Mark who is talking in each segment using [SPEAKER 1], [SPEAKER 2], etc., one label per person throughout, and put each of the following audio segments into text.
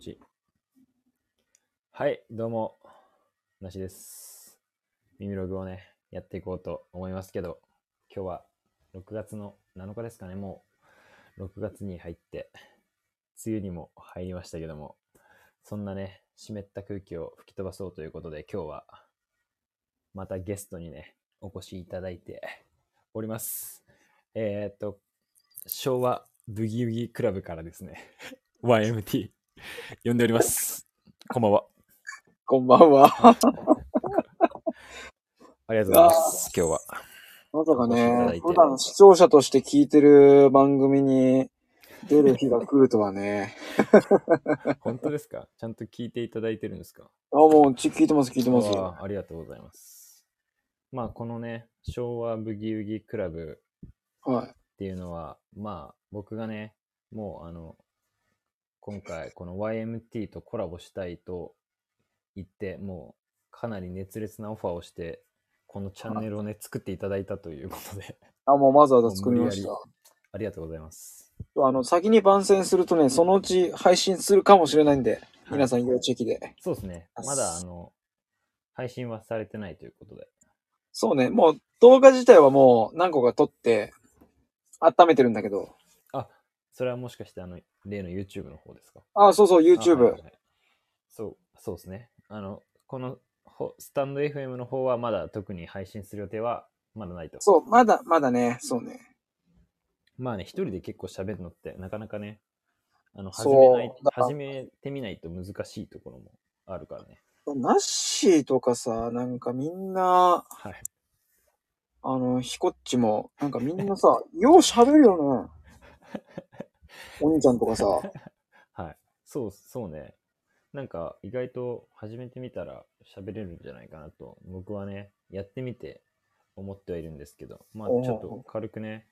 [SPEAKER 1] ちはい、どうも、なしです。耳ログをね、やっていこうと思いますけど、今日は6月の7日ですかね、もう6月に入って、梅雨にも入りましたけども、そんなね、湿った空気を吹き飛ばそうということで、今日はまたゲストにね、お越しいただいております。えーっと、昭和ブギウギクラブからですね、YMT 呼んでおります。こんばんは。
[SPEAKER 2] こんばんは。
[SPEAKER 1] ありがとうございます。今日は。
[SPEAKER 2] まさか
[SPEAKER 1] お越しいただい
[SPEAKER 2] ね、
[SPEAKER 1] て
[SPEAKER 2] 普段視聴者として聞いてる番組に出る日が来るとは ね。
[SPEAKER 1] 本当ですかちゃんと聞いていただいてるんですか
[SPEAKER 2] あ、もうち聞いてます、聞いてます。
[SPEAKER 1] あーありがとうございます。まあ、このね、昭和ブギウギクラブ
[SPEAKER 2] はい。
[SPEAKER 1] っていうのは、まあ、僕がね、もう、あの、今回、この YMT とコラボしたいと言って、もう、かなり熱烈なオファーをして、このチャンネルをね、作っていただいたということで、
[SPEAKER 2] あ、もうわざわざ作りまし
[SPEAKER 1] もう無理や
[SPEAKER 2] た。
[SPEAKER 1] ありがとうございます。
[SPEAKER 2] あの、先に番宣するとね、そのうち配信するかもしれないんで、皆さん要チェキで。
[SPEAKER 1] そうですね。まだ、あの、配信はされてないということで。
[SPEAKER 2] そうね、もう動画自体はもう何個か撮って、温めてるんだけど。
[SPEAKER 1] あ、それはもしかして、あの、例の YouTube の方ですか
[SPEAKER 2] あ、そうそう、
[SPEAKER 1] あはい
[SPEAKER 2] YouTube
[SPEAKER 1] は。いそう、そうですね。あの、このほスタンド FM の方はまだ特に配信する予定はまだないと。
[SPEAKER 2] そう、まだ、まだね、そうね。
[SPEAKER 1] まあね、一人で結構喋るのってなかなかね、あの始
[SPEAKER 2] そう
[SPEAKER 1] めない
[SPEAKER 2] だから
[SPEAKER 1] 始めてみないと難しいところもあるからね。
[SPEAKER 2] ナッシーとかさ、なんかみんな、
[SPEAKER 1] はい。
[SPEAKER 2] あの、ひこっちも、なんかみんなさ、 よう喋るよね。お兄ちゃんとかさ。
[SPEAKER 1] はい。そう、そうね。なんか意外と始めてみたら喋れるんじゃないかなと、僕はね、やってみて思ってはいるんですけど、まあち
[SPEAKER 2] おう
[SPEAKER 1] ょっと軽くね、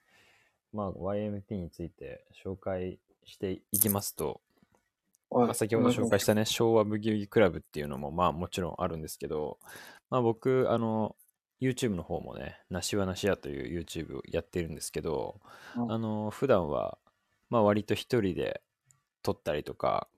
[SPEAKER 1] まあ YMT について紹介していきますと、
[SPEAKER 2] おい
[SPEAKER 1] まあ先ほど紹介したね、昭和ブギウギクラブっていうのも、まあもちろんあるんですけど、まあ僕、あの、YouTube の方もね、なしはなしやという YouTube をやってるんですけど、
[SPEAKER 2] うん
[SPEAKER 1] あの、普段は、まあ割と一人で撮ったりとか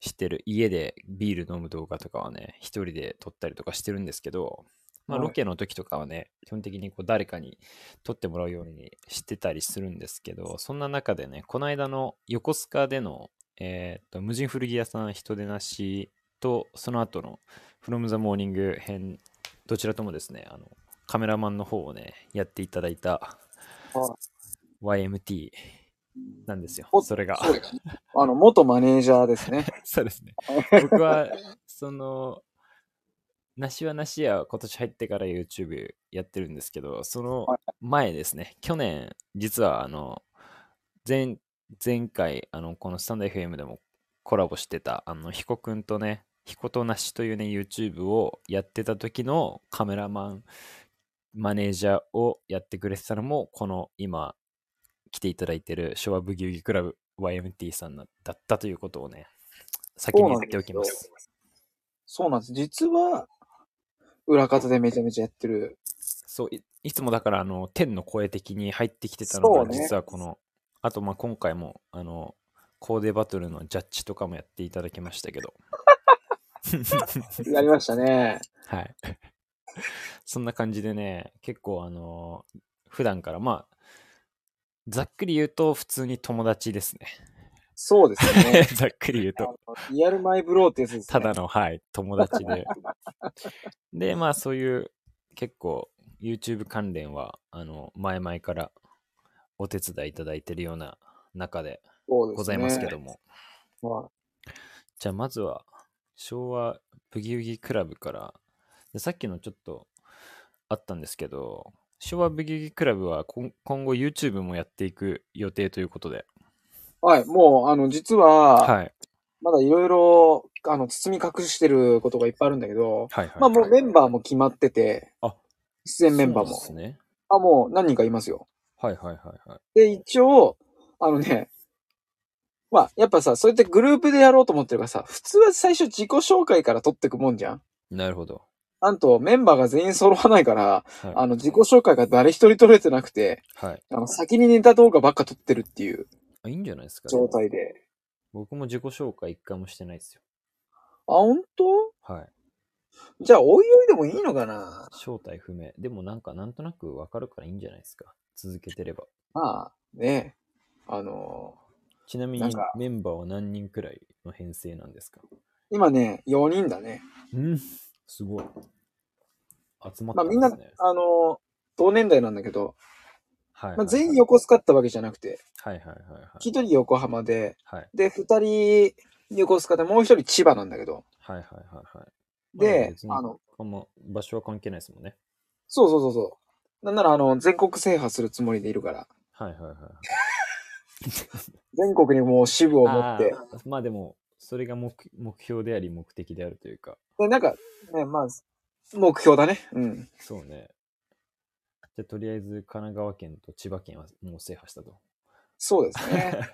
[SPEAKER 1] してる、家でビール飲む動画とかはね、一人で撮ったりとかしてるんですけど、まあ
[SPEAKER 2] はい
[SPEAKER 1] ロケの時とかはね、基本的にこう誰かに撮ってもらうようにしてたりするんですけど、そんな中でね、この間の横須賀での、えー、と無人古着屋さん人出なしと、その後の From the Morning 編、どちらともですね、あのカメラマンの方をね、やっていただいた
[SPEAKER 2] は
[SPEAKER 1] YMT なんですよ
[SPEAKER 2] お。
[SPEAKER 1] それが。
[SPEAKER 2] そうあの、元マネージャーですね。
[SPEAKER 1] そうですね。僕は、その、なしはなしや、今年入ってから YouTube やってるんですけど、その前ですね、去年、実は、あの、前、前回、あの、このスタンド FM でもコラボしてた、あの、彦くんとね、彦となしというね、YouTube をやってた時のカメラマン、マネージャーをやってくれてたのも、この今、来ていただいてる昭和ブギウギクラブ YMT さんなだったということをね、先に言っておきます。
[SPEAKER 2] そうなんです。実は、裏方でめちゃめちゃやってる。
[SPEAKER 1] そうい、いつもだから、あの、天の声的に入ってきてたの
[SPEAKER 2] そ
[SPEAKER 1] が、
[SPEAKER 2] うね
[SPEAKER 1] 実はこの、あと、まあ、今回も、あの、コーデバトルのジャッジとかもやっていただきましたけど。
[SPEAKER 2] やりましたね。
[SPEAKER 1] はい。そんな感じでね、結構あのー普段から、まあ、ざっくり言うと普通に友達ですね。
[SPEAKER 2] そうですね。
[SPEAKER 1] ざっくり言う
[SPEAKER 2] あ
[SPEAKER 1] と。
[SPEAKER 2] のリアルマイブローってやつです、
[SPEAKER 1] た
[SPEAKER 2] ね。
[SPEAKER 1] だの、はい、友達 で。で、まあ、そういう、結構、YouTube 関連は、あの、前々からお手伝いいただいてるような中で
[SPEAKER 2] そうですね
[SPEAKER 1] ございますけども。
[SPEAKER 2] はい
[SPEAKER 1] じゃあ、まずは、昭和ブギウギクラブから、でさっきのちょっとあったんですけど、昭和ブギウギクラブは今今後 YouTube もやっていく予定ということで、
[SPEAKER 2] はい、もう、あの、実は、
[SPEAKER 1] はい。
[SPEAKER 2] まだいろいろ、あの、包み隠してることがいっぱいあるんだけど、
[SPEAKER 1] はいはい。
[SPEAKER 2] まあもうメンバーも決まってて、
[SPEAKER 1] あ
[SPEAKER 2] 出演メンバーも。
[SPEAKER 1] そうなんですね。
[SPEAKER 2] あ、もう何人かいますよ。
[SPEAKER 1] はいはいはいはい。
[SPEAKER 2] で、一応、あのね、まあ、やっぱさ、そうやってグループでやろうと思ってるからさ、普通は最初自己紹介から取ってくもんじゃん
[SPEAKER 1] なるほど。
[SPEAKER 2] なんとメンバーが全員揃わないから、
[SPEAKER 1] は
[SPEAKER 2] あの、自己紹介が誰一人取れてなくて、
[SPEAKER 1] い。はい。
[SPEAKER 2] あの、先にネタ動画ばっか撮ってるっていう
[SPEAKER 1] あいいんじゃないですか、
[SPEAKER 2] 状態で。
[SPEAKER 1] 僕も自己紹介一回もしてないですよ。
[SPEAKER 2] あ、本当
[SPEAKER 1] はい。
[SPEAKER 2] じゃあ、おいおいでもいいのかな
[SPEAKER 1] 正体不明。でもなんか、なんとなくわかるからいいんじゃないですか。続けてれば。
[SPEAKER 2] まあ、ねあの
[SPEAKER 1] ちなみ
[SPEAKER 2] なん
[SPEAKER 1] に
[SPEAKER 2] か
[SPEAKER 1] メンバーは何人くらいの編成なんですか
[SPEAKER 2] 今ね、4人だね。
[SPEAKER 1] うん、すごい。集まっ
[SPEAKER 2] ま
[SPEAKER 1] た
[SPEAKER 2] あ、
[SPEAKER 1] ん
[SPEAKER 2] みんな、
[SPEAKER 1] です
[SPEAKER 2] あ
[SPEAKER 1] ね。
[SPEAKER 2] の同年代なんだけど、
[SPEAKER 1] はい
[SPEAKER 2] まあ、全員
[SPEAKER 1] よ
[SPEAKER 2] 横須賀ってわけじゃなくて、
[SPEAKER 1] はいはいはいはい。
[SPEAKER 2] 一人横浜で、
[SPEAKER 1] はい
[SPEAKER 2] で、二人横須賀で、もう一人千葉なんだけど、
[SPEAKER 1] はいはいはいはい。まあ
[SPEAKER 2] で、
[SPEAKER 1] 別に
[SPEAKER 2] あの、
[SPEAKER 1] あんま場所は関係ないですもんね。
[SPEAKER 2] そうそうそうそう。なんなら、あの、全国制覇するつもりでいるから、
[SPEAKER 1] はいはいはいはい。
[SPEAKER 2] 全国にもう支部を持って、
[SPEAKER 1] あーまあでも、それが目目標であり目的であるというか、
[SPEAKER 2] で、なんか、ね、まあ、目標だね。うん。
[SPEAKER 1] そうね。じゃあとりあえず神奈川県と千葉県はもう制覇したと。
[SPEAKER 2] そうですね。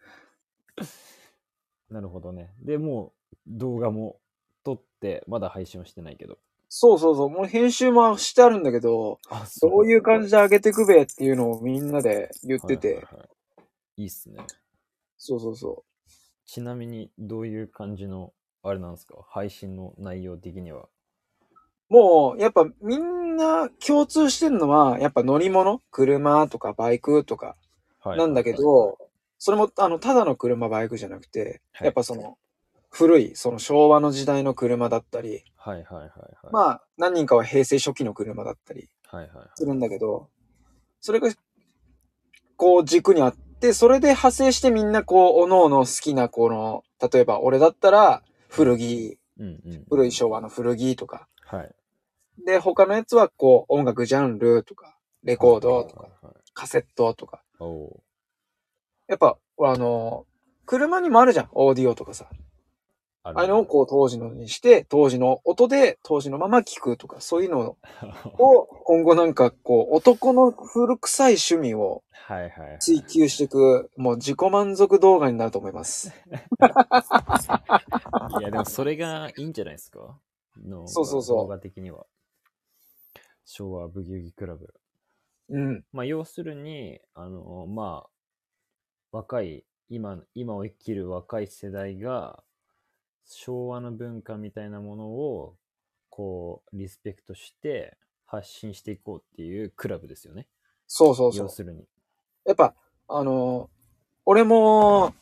[SPEAKER 1] なるほどね。で、もう動画も撮って、まだ配信はしてないけど。
[SPEAKER 2] そうそうそう。もう編集もしてあるんだけど、
[SPEAKER 1] あ、そ
[SPEAKER 2] どういう感じで上げてくべっていうのをみんなで言って
[SPEAKER 1] は
[SPEAKER 2] て、
[SPEAKER 1] いはいはい、いいっすね。
[SPEAKER 2] そうそうそ
[SPEAKER 1] ちなみに、どういう感じの、あれなんですか、配信の内容的には。
[SPEAKER 2] う。もう、やっぱみんな共通してるのは、やっぱ乗り物車とかバイクとか
[SPEAKER 1] はい
[SPEAKER 2] なんだけど、、それも、あの、ただの車バイクじゃなくて、
[SPEAKER 1] はい
[SPEAKER 2] やっぱその、古い、その昭和の時代の車だったり、
[SPEAKER 1] はいはいはいはい。
[SPEAKER 2] まあ、何人かは平成初期の車だったり、
[SPEAKER 1] あ、はいはいはい、
[SPEAKER 2] するんだけど、それが、こう軸にあって、それで派生してみんなこう、おのおの好きなこの、例えば俺だったら古着、
[SPEAKER 1] うんうん。
[SPEAKER 2] 古い昭和の古着とか、
[SPEAKER 1] はい。
[SPEAKER 2] で、他のやつはこう、音楽ジャンルとか、レコードとか、
[SPEAKER 1] はいはいはい。
[SPEAKER 2] カセットとか。
[SPEAKER 1] おお
[SPEAKER 2] やっぱ、あの、車にもあるじゃん、オーディオとかさ。
[SPEAKER 1] ー。あ
[SPEAKER 2] あれをこう当時のにして、当時の音で当時のまま聞くとか、そういうの
[SPEAKER 1] う。
[SPEAKER 2] を今後なんかこう、男の古臭い趣味を
[SPEAKER 1] はいはいはい。
[SPEAKER 2] 追求していく、もう自己満足動画になると思 います。
[SPEAKER 1] いや、でもそれがいいんじゃないですかの
[SPEAKER 2] そうそうそう
[SPEAKER 1] 動画的には。昭和ブギウギクラブ。
[SPEAKER 2] うん。
[SPEAKER 1] まあ、要するに、あの、まあ、若い、今、今を生きる若い世代が、昭和の文化みたいなものを、こう、リスペクトして、発信していこうっていうクラブですよね。
[SPEAKER 2] そうそうそう
[SPEAKER 1] 要。するに。
[SPEAKER 2] やっぱ、あのー俺も、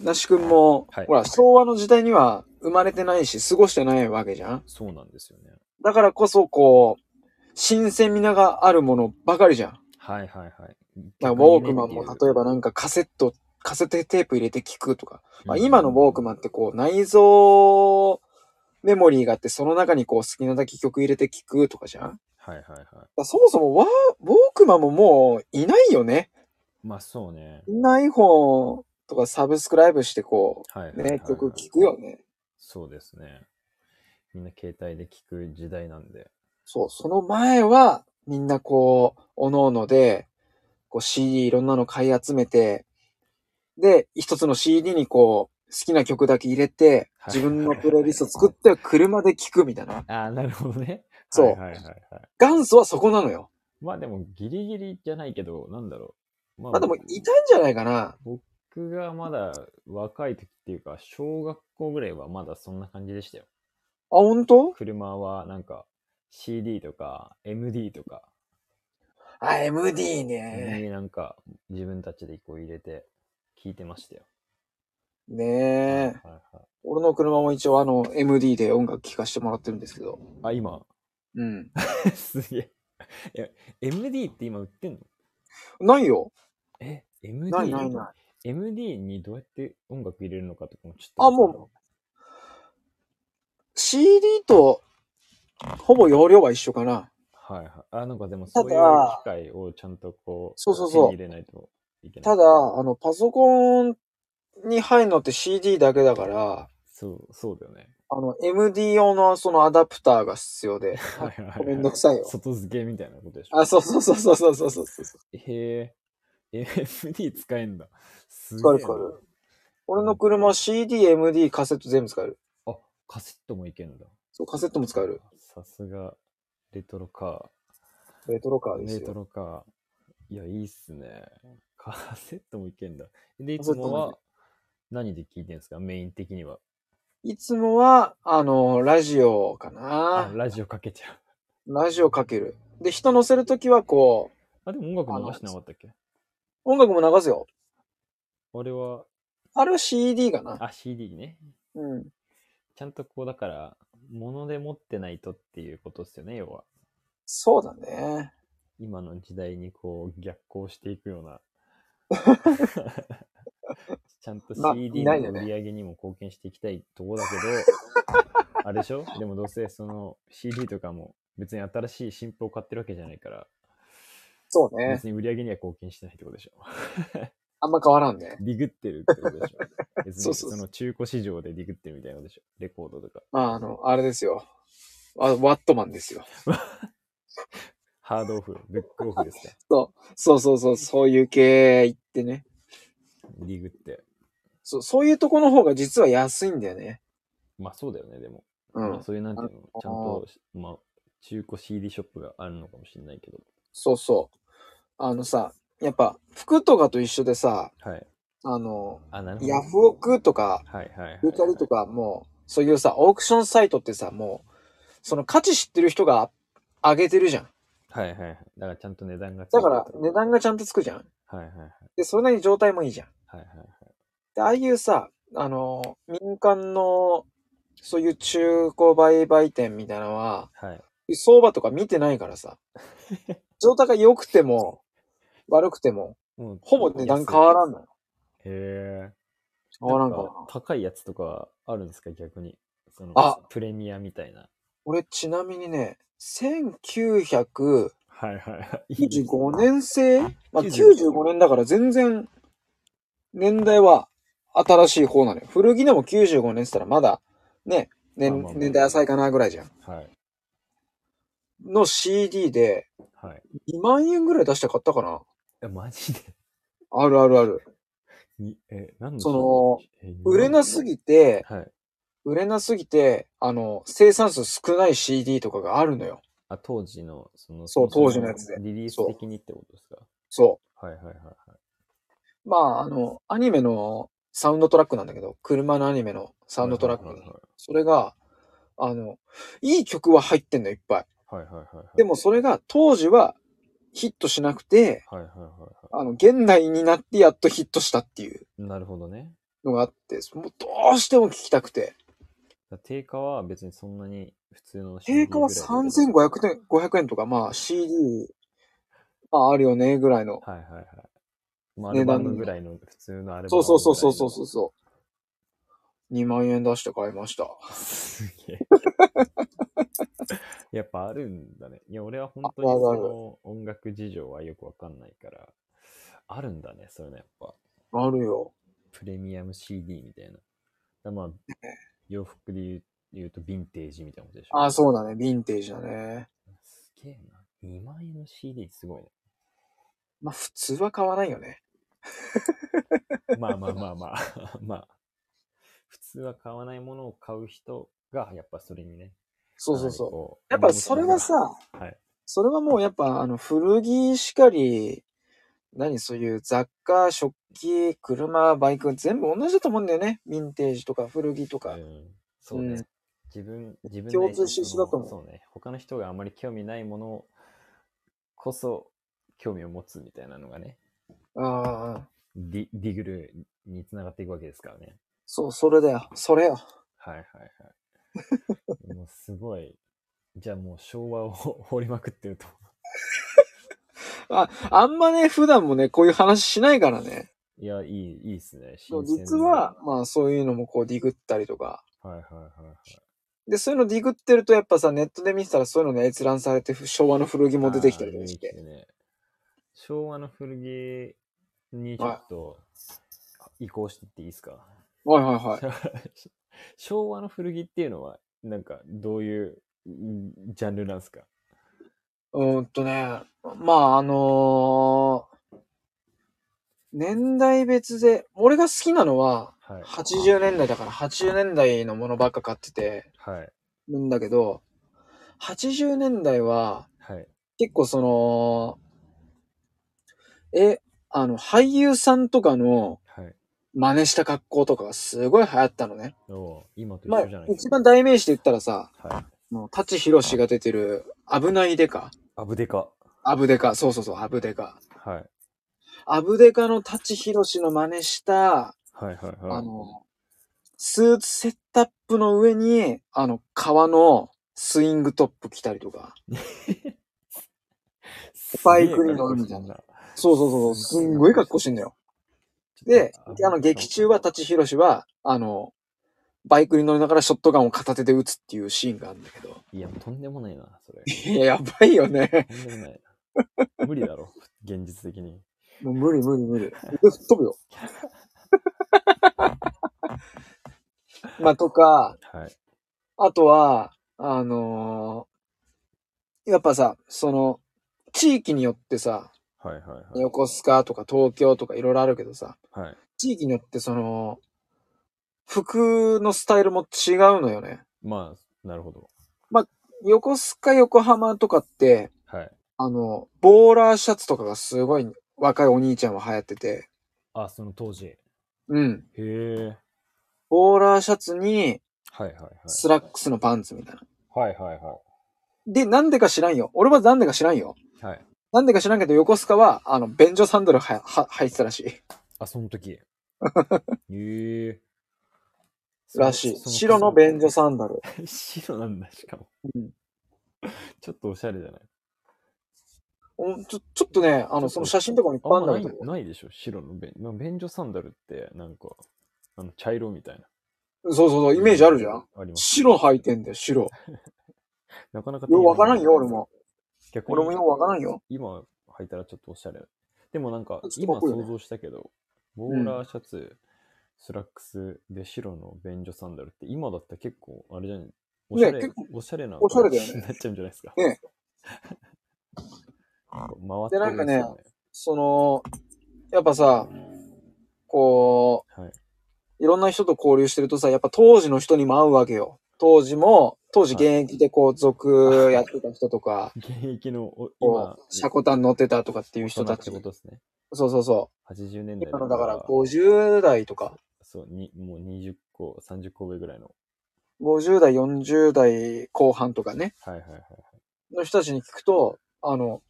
[SPEAKER 2] なし君も、
[SPEAKER 1] はい
[SPEAKER 2] ほら、昭和の時代には生まれてないし、過ごしてないわけじゃん
[SPEAKER 1] そうなんですよね。
[SPEAKER 2] だからこそ、こう、新鮮味があるものばかりじゃん。
[SPEAKER 1] はいはいはい。
[SPEAKER 2] だからウォークマンも、例えば
[SPEAKER 1] な、
[SPEAKER 2] なんかカセット、カセットテープ入れて聞くとか。まあ、
[SPEAKER 1] うん
[SPEAKER 2] 今のウォークマンってこう、内蔵メモリーがあって、その中にこう、好きなだけ曲入れて聞くとかじゃん
[SPEAKER 1] はいはいはい。
[SPEAKER 2] だからそもそもワーウォークマンももういないよね。
[SPEAKER 1] まあそうね。
[SPEAKER 2] みんな iPhone とかサブスクライブしてこ、
[SPEAKER 1] はいはいうはいはい
[SPEAKER 2] ね、曲聴くよね。
[SPEAKER 1] そうですね。みんな携帯で聞く時代なんで。
[SPEAKER 2] そう、その前はみんなこう、おのおので、こう CD いろんなの買い集めて、で、一つの CD にこう、好きな曲だけ入れて、
[SPEAKER 1] はい
[SPEAKER 2] 自分のプレイリスト作って車で聴くみたいな。
[SPEAKER 1] ああ、なるほどね。
[SPEAKER 2] そう
[SPEAKER 1] はいはいはいはい。
[SPEAKER 2] 元祖はそこなのよ。
[SPEAKER 1] まあでもギリギリじゃないけど、なんだろう。ま
[SPEAKER 2] まあでもいたんじゃないかな。
[SPEAKER 1] 僕がまだ若い時っていうか、小学校ぐらいはまだそんな感じでしたよ。
[SPEAKER 2] あ、本当？
[SPEAKER 1] 車はなんか CD とか MD とか
[SPEAKER 2] あ、MD ね。
[SPEAKER 1] になんか自分たちでこう入れて聞いてましたよ。はいは
[SPEAKER 2] ねえ
[SPEAKER 1] い。はい
[SPEAKER 2] 俺の車も一応あの MD で音楽聴かせてもらってるんですけど。
[SPEAKER 1] あ、今。
[SPEAKER 2] うん。
[SPEAKER 1] すげえ。え、MD って今売ってんの
[SPEAKER 2] ないよ。
[SPEAKER 1] え、MD?
[SPEAKER 2] ないないない。
[SPEAKER 1] MD にどうやって音楽入れるのかとかもちょっと。
[SPEAKER 2] あ、もう CD とほぼ容量は一緒かな。
[SPEAKER 1] う。はいはい。あ、なんかでもそういう
[SPEAKER 2] ただ
[SPEAKER 1] 機械をちゃんとこう、
[SPEAKER 2] そうそうそう
[SPEAKER 1] 手に入れないといけない。
[SPEAKER 2] ただ、、あのパソコンに入るのって CD だけだから、
[SPEAKER 1] そう、そうだよね。
[SPEAKER 2] あの MD 用のそのアダプターが必要で。
[SPEAKER 1] はいはいはい
[SPEAKER 2] めんどくさいよ
[SPEAKER 1] 外付けみたいなことでしょ。
[SPEAKER 2] あ、そうそうそうそうそうそうそうそう。
[SPEAKER 1] へえ。MD 使えんだ。すげえ
[SPEAKER 2] 使え
[SPEAKER 1] な
[SPEAKER 2] る使える。俺の車 CD、MD、カセット全部使える。
[SPEAKER 1] あ、カセットもいけんだ。
[SPEAKER 2] そう、カセットも使える。
[SPEAKER 1] さすが、レトロカ
[SPEAKER 2] レトロカー
[SPEAKER 1] ー。
[SPEAKER 2] です
[SPEAKER 1] レト
[SPEAKER 2] よ。
[SPEAKER 1] ロカー。いや、いいっすね。カセットもいけんだ。で、い
[SPEAKER 2] カ
[SPEAKER 1] つ
[SPEAKER 2] セット
[SPEAKER 1] も
[SPEAKER 2] もね
[SPEAKER 1] は、何で聞いてるんですかメイン的には。
[SPEAKER 2] いつもは、あの、ラジオか
[SPEAKER 1] あ
[SPEAKER 2] な、。
[SPEAKER 1] ラジオかけちゃう。
[SPEAKER 2] ラジオかける。で、人乗せるときはこう、
[SPEAKER 1] あ、でも音楽流してなかったっけ
[SPEAKER 2] 音楽も流すよ。
[SPEAKER 1] 俺は、
[SPEAKER 2] あれは CD かな。
[SPEAKER 1] あ、CD ね。
[SPEAKER 2] うん。
[SPEAKER 1] ちゃんとこう、だから、物で持ってないとっていうことですよね、要は。
[SPEAKER 2] そうだね。
[SPEAKER 1] 今の時代にこう、逆行していくよう な。ちゃんと
[SPEAKER 2] まあ
[SPEAKER 1] CD
[SPEAKER 2] いな
[SPEAKER 1] の
[SPEAKER 2] いよね
[SPEAKER 1] 売り上げにも貢献していきたいとこだけど、 あれでしょでもどうせその CD とかも別に新しい新譜を買ってるわけじゃないから、
[SPEAKER 2] そうね。
[SPEAKER 1] 別に売り上げには貢献してないってことでしょ。
[SPEAKER 2] あんま変わらんね。
[SPEAKER 1] ディグってるってことでしょ。 別
[SPEAKER 2] そう
[SPEAKER 1] に
[SPEAKER 2] そうそう
[SPEAKER 1] その中古市場でディグってるみたいなことでしょ。レコードとか。
[SPEAKER 2] まあ、あの、あれですよ。あワットマンですよ。
[SPEAKER 1] ハードオフ、ブックオフですか。
[SPEAKER 2] そうそうそう、そういう系行ってね。
[SPEAKER 1] ディグって。
[SPEAKER 2] そう、そういうとこの方が実は安いんだよね。
[SPEAKER 1] まあそうだよね、でも。
[SPEAKER 2] う
[SPEAKER 1] まあ
[SPEAKER 2] ん。
[SPEAKER 1] そういうなんていうの、
[SPEAKER 2] あ
[SPEAKER 1] ちゃんと、まあ、中古 CD ショップがあるのかもしれないけど。
[SPEAKER 2] そうそう。あのさ、やっぱ服とかと一緒でさ、
[SPEAKER 1] はい。
[SPEAKER 2] あの、
[SPEAKER 1] あ、なるほど。
[SPEAKER 2] ヤフオクとか、
[SPEAKER 1] はいはいはい。
[SPEAKER 2] ユーカリとかもう、そういうさ、オークションサイトってさ、もう、その価値知ってる人が上げてるじゃん。
[SPEAKER 1] はいはいはい。だからちゃんと値段がついて
[SPEAKER 2] だ
[SPEAKER 1] る
[SPEAKER 2] から
[SPEAKER 1] と
[SPEAKER 2] 値段がちゃんとつくじゃん。
[SPEAKER 1] はいはいはい。
[SPEAKER 2] で、それなりに状態もいいじゃん。
[SPEAKER 1] はいはいはい。
[SPEAKER 2] で、ああいうさ、あの、民間の、そういう中古売買店みたいなのは、
[SPEAKER 1] はい。
[SPEAKER 2] 相場とか見てないから さ、状態が良くても、悪くても、
[SPEAKER 1] もう
[SPEAKER 2] ほぼ値段変わらん
[SPEAKER 1] の。
[SPEAKER 2] のよ。
[SPEAKER 1] へえ。
[SPEAKER 2] 変わらんか
[SPEAKER 1] な。
[SPEAKER 2] なん
[SPEAKER 1] か高いやつとかあるんですか逆に。その
[SPEAKER 2] あ
[SPEAKER 1] プレミアみたいな。
[SPEAKER 2] 俺、ちなみにね、1995
[SPEAKER 1] はいはいはい。
[SPEAKER 2] 年製まあ、
[SPEAKER 1] 95
[SPEAKER 2] 95年だから全然、年代は新しい方なのよ。古着でも95年って言ったらまだ、ね、
[SPEAKER 1] まあ
[SPEAKER 2] 年
[SPEAKER 1] まあまあ
[SPEAKER 2] 年代浅いかなぐらいじゃん。
[SPEAKER 1] はい。
[SPEAKER 2] の CD で、
[SPEAKER 1] はい。
[SPEAKER 2] 2万円ぐらい出して買ったかな
[SPEAKER 1] え、マジで
[SPEAKER 2] あるあるある。
[SPEAKER 1] にえ、なんで
[SPEAKER 2] その
[SPEAKER 1] え
[SPEAKER 2] 売れなすぎて、
[SPEAKER 1] はい。
[SPEAKER 2] 売れなすぎて、あの、生産数少ない CD とかがあるのよ。
[SPEAKER 1] あ、当時の、その、
[SPEAKER 2] そう
[SPEAKER 1] もも
[SPEAKER 2] 当時のやつで
[SPEAKER 1] リリース
[SPEAKER 2] そう
[SPEAKER 1] 的にってことですか
[SPEAKER 2] そ
[SPEAKER 1] はいはいはいはい。
[SPEAKER 2] う。まあ、あの、アニメのサウンドトラックなんだけど、車のアニメのサウンドトラッ
[SPEAKER 1] はいはい
[SPEAKER 2] ク。それが、あの、いい曲は入ってんのよいっぱい。
[SPEAKER 1] はいはい。はいはいはいはい。
[SPEAKER 2] でもそれが当時はヒットしなくて、
[SPEAKER 1] はいはいはいは
[SPEAKER 2] あの、現代になってやっとヒットしたっていう
[SPEAKER 1] い。なるほどね。
[SPEAKER 2] のがあって、もうどうしても聴きたくて。
[SPEAKER 1] だから定価は別にそんなに普通の
[SPEAKER 2] 定価は
[SPEAKER 1] CD ぐらいだけど
[SPEAKER 2] 3500円、500円とか、まあ CD、まああるよね、ぐらいの。
[SPEAKER 1] はいはいはい。まあ、ア
[SPEAKER 2] 値
[SPEAKER 1] ル
[SPEAKER 2] 段
[SPEAKER 1] バムぐらいの普通のアルバムぐらいの。
[SPEAKER 2] そうそうそうそうそうそうそう。2万円出して買いました。
[SPEAKER 1] すげえ。やっぱあるんだね。いや、俺は本当に
[SPEAKER 2] ああるあ
[SPEAKER 1] そ
[SPEAKER 2] る
[SPEAKER 1] の音楽事情はよくわかんないから、あるんだね、そういうのやっぱ。
[SPEAKER 2] あるよ。
[SPEAKER 1] プレミアム CD みたいな。だからまあ、洋服で言う言うとヴィンテージみたいなことでしょ。
[SPEAKER 2] ああ、そうだね。ヴィンテージだね。
[SPEAKER 1] すげえな。2万円の CD ってすごいね。
[SPEAKER 2] まあ普通は買わないよね。
[SPEAKER 1] まあまあまあまあ、 まあ。普通は買わないものを買う人が、やっぱそれにね。
[SPEAKER 2] そうそうそう。
[SPEAKER 1] う
[SPEAKER 2] やっぱそれはさ、、
[SPEAKER 1] はい
[SPEAKER 2] それはもうやっぱあの古着しかり、何そういう雑貨、食器、車、バイク、全部同じだと思うんだよね。ヴィンテージとか古着とか。
[SPEAKER 1] うん、そうね、
[SPEAKER 2] うん
[SPEAKER 1] 自分、自分
[SPEAKER 2] 共通して一緒だと思う
[SPEAKER 1] そのそうね。他の人があまり興味ないものこそ興味を持つみたいなのがね、
[SPEAKER 2] ああ、
[SPEAKER 1] ディディグルにつながっていくわけですからね。
[SPEAKER 2] そう、それだよ。それよ。
[SPEAKER 1] はいはいは い。もうすごい。じゃあもう昭和を 掘りまくってると。
[SPEAKER 2] あ、あんまね、普段もね、こういう話しないからね。
[SPEAKER 1] いや、いい、いいっすね。
[SPEAKER 2] でも
[SPEAKER 1] 新鮮
[SPEAKER 2] 実
[SPEAKER 1] な
[SPEAKER 2] は、、まあそういうのもこうディグったりとか。
[SPEAKER 1] はいはいはいはい。
[SPEAKER 2] で、そういうのディグってるとやっぱさ、ネットで見てたらそういうのね、閲覧されて、ふ昭和の古着も出てきたりと
[SPEAKER 1] あー
[SPEAKER 2] か
[SPEAKER 1] 出
[SPEAKER 2] して
[SPEAKER 1] き
[SPEAKER 2] て。
[SPEAKER 1] てね。昭和の古着にちょっと移行していっていいですか、
[SPEAKER 2] はいはいはい。
[SPEAKER 1] 昭和の古着っていうのは、なんかどういうんジャンルなんですか
[SPEAKER 2] うーんとね、まああのー年代別で、俺が好きなのは、
[SPEAKER 1] はい。
[SPEAKER 2] 80年代だから80年代のものばっか買ってて、
[SPEAKER 1] はい。
[SPEAKER 2] んだけど、80年代は、
[SPEAKER 1] はい。
[SPEAKER 2] 結構その、え、あの、俳優さんとかの
[SPEAKER 1] はい。
[SPEAKER 2] 真似した格好とかがすごい流行ったのね。
[SPEAKER 1] おお今と
[SPEAKER 2] まあ
[SPEAKER 1] 一緒じゃな、いで
[SPEAKER 2] 一
[SPEAKER 1] すか。
[SPEAKER 2] 番代名詞で言ったらさ、
[SPEAKER 1] はい。
[SPEAKER 2] もう、舘ひろしが出てる、危ないデカ。
[SPEAKER 1] アブデカ。
[SPEAKER 2] アブデカ、そうそうそう、アブデカ。
[SPEAKER 1] はい。
[SPEAKER 2] アブデカの舘ひろしの真似した、
[SPEAKER 1] はいはいはい。
[SPEAKER 2] あの、スーツセットアップの上に、あの、革のスイングトップ着たりとか。バイクに乗るみたいなそうそうそう、すんごい格好してんだよ。で、あの、劇中は、舘ひろしは、あの、バイクに乗りながらショットガンを片手で撃つっていうシーンがあるんだけど。
[SPEAKER 1] いや、とんでもないな、それ。
[SPEAKER 2] いや、やばいよね。
[SPEAKER 1] とんでもないな。無理だろ、 現実的に。
[SPEAKER 2] もう無理無理無理。腕吹っ飛ぶよ。 まあ、とか、
[SPEAKER 1] はい。
[SPEAKER 2] あとは、あのーやっぱさ、その、地域によってさ、
[SPEAKER 1] はいはいはい。
[SPEAKER 2] 横須賀とか東京とかいろいろあるけどさ、
[SPEAKER 1] はい。
[SPEAKER 2] 地域によってその、服のスタイルも違うのよね。
[SPEAKER 1] まあ、なるほど。
[SPEAKER 2] 横須賀、横浜とかって、
[SPEAKER 1] はい。
[SPEAKER 2] あの、ボーラーシャツとかがすごい若いお兄ちゃんは流行ってて、
[SPEAKER 1] あ、その当時。へ
[SPEAKER 2] うん。
[SPEAKER 1] え。
[SPEAKER 2] ボーラーシャツに
[SPEAKER 1] はいはいはい。
[SPEAKER 2] スラックスのパンツみたいな。
[SPEAKER 1] はいはいは
[SPEAKER 2] で、なんでか知らんよ。俺はなんでか知らんよ。
[SPEAKER 1] い。はい。
[SPEAKER 2] なんでか知らんけど、横須賀は、あの、便所サンダルは、は、履いてたらしい。
[SPEAKER 1] あ、その 時。へえ。
[SPEAKER 2] らしい。白の便所
[SPEAKER 1] ん。
[SPEAKER 2] サンダル。
[SPEAKER 1] 白なんだ、しかも。
[SPEAKER 2] うん
[SPEAKER 1] ちょっとおしゃれじゃない
[SPEAKER 2] おちょ、ちょっとね、あの、その写真とかもいっぱい
[SPEAKER 1] あ
[SPEAKER 2] あ
[SPEAKER 1] ん
[SPEAKER 2] る
[SPEAKER 1] まなんい
[SPEAKER 2] だけど、
[SPEAKER 1] ないでしょ、白の便。な便所サンダルって、なんか、あの、茶色みたいな。
[SPEAKER 2] そうそうそう、イメージあるじゃん。
[SPEAKER 1] あります。
[SPEAKER 2] 白履いてんだよ、白。
[SPEAKER 1] なかなか手に
[SPEAKER 2] よ、
[SPEAKER 1] 入
[SPEAKER 2] わ
[SPEAKER 1] な
[SPEAKER 2] か
[SPEAKER 1] い
[SPEAKER 2] らんよ、俺も。
[SPEAKER 1] 逆
[SPEAKER 2] 俺もよ、わからんよ。
[SPEAKER 1] 今履いたらちょっとおしゃれ。でもなんか
[SPEAKER 2] ちょっ、と
[SPEAKER 1] 今
[SPEAKER 2] かっこいいよ
[SPEAKER 1] 想
[SPEAKER 2] ね
[SPEAKER 1] 像したけど、ボーラーシャツ、スラックスで白の便所サンダルって、今だったら結構、あれじゃないおしゃれ、
[SPEAKER 2] 結構
[SPEAKER 1] おしゃれな
[SPEAKER 2] おしゃれだよね
[SPEAKER 1] 感じになっちゃうんじゃないですか。
[SPEAKER 2] ね
[SPEAKER 1] なんか回ってる
[SPEAKER 2] でなんかね
[SPEAKER 1] ですよ
[SPEAKER 2] その、やっぱさ、こ、
[SPEAKER 1] はいう
[SPEAKER 2] いろんな人と交流してるとさ、やっぱ当時の人にも会うわけよ。当時も、当時現役でこう、族やってた人とか、
[SPEAKER 1] 現役のお
[SPEAKER 2] こ
[SPEAKER 1] 今
[SPEAKER 2] う、、シャコタン乗ってたとかっていう人
[SPEAKER 1] 人た
[SPEAKER 2] た
[SPEAKER 1] ち
[SPEAKER 2] ち
[SPEAKER 1] って。ことですね。
[SPEAKER 2] そうそうそ
[SPEAKER 1] 80年
[SPEAKER 2] う。
[SPEAKER 1] 代
[SPEAKER 2] 今のだから
[SPEAKER 1] 50
[SPEAKER 2] 50代とか、
[SPEAKER 1] そうに、もう20個、30個上ぐらいの。
[SPEAKER 2] 50代、40代後半とかね、
[SPEAKER 1] はいはいはい。
[SPEAKER 2] の人たちに聞くと、あの、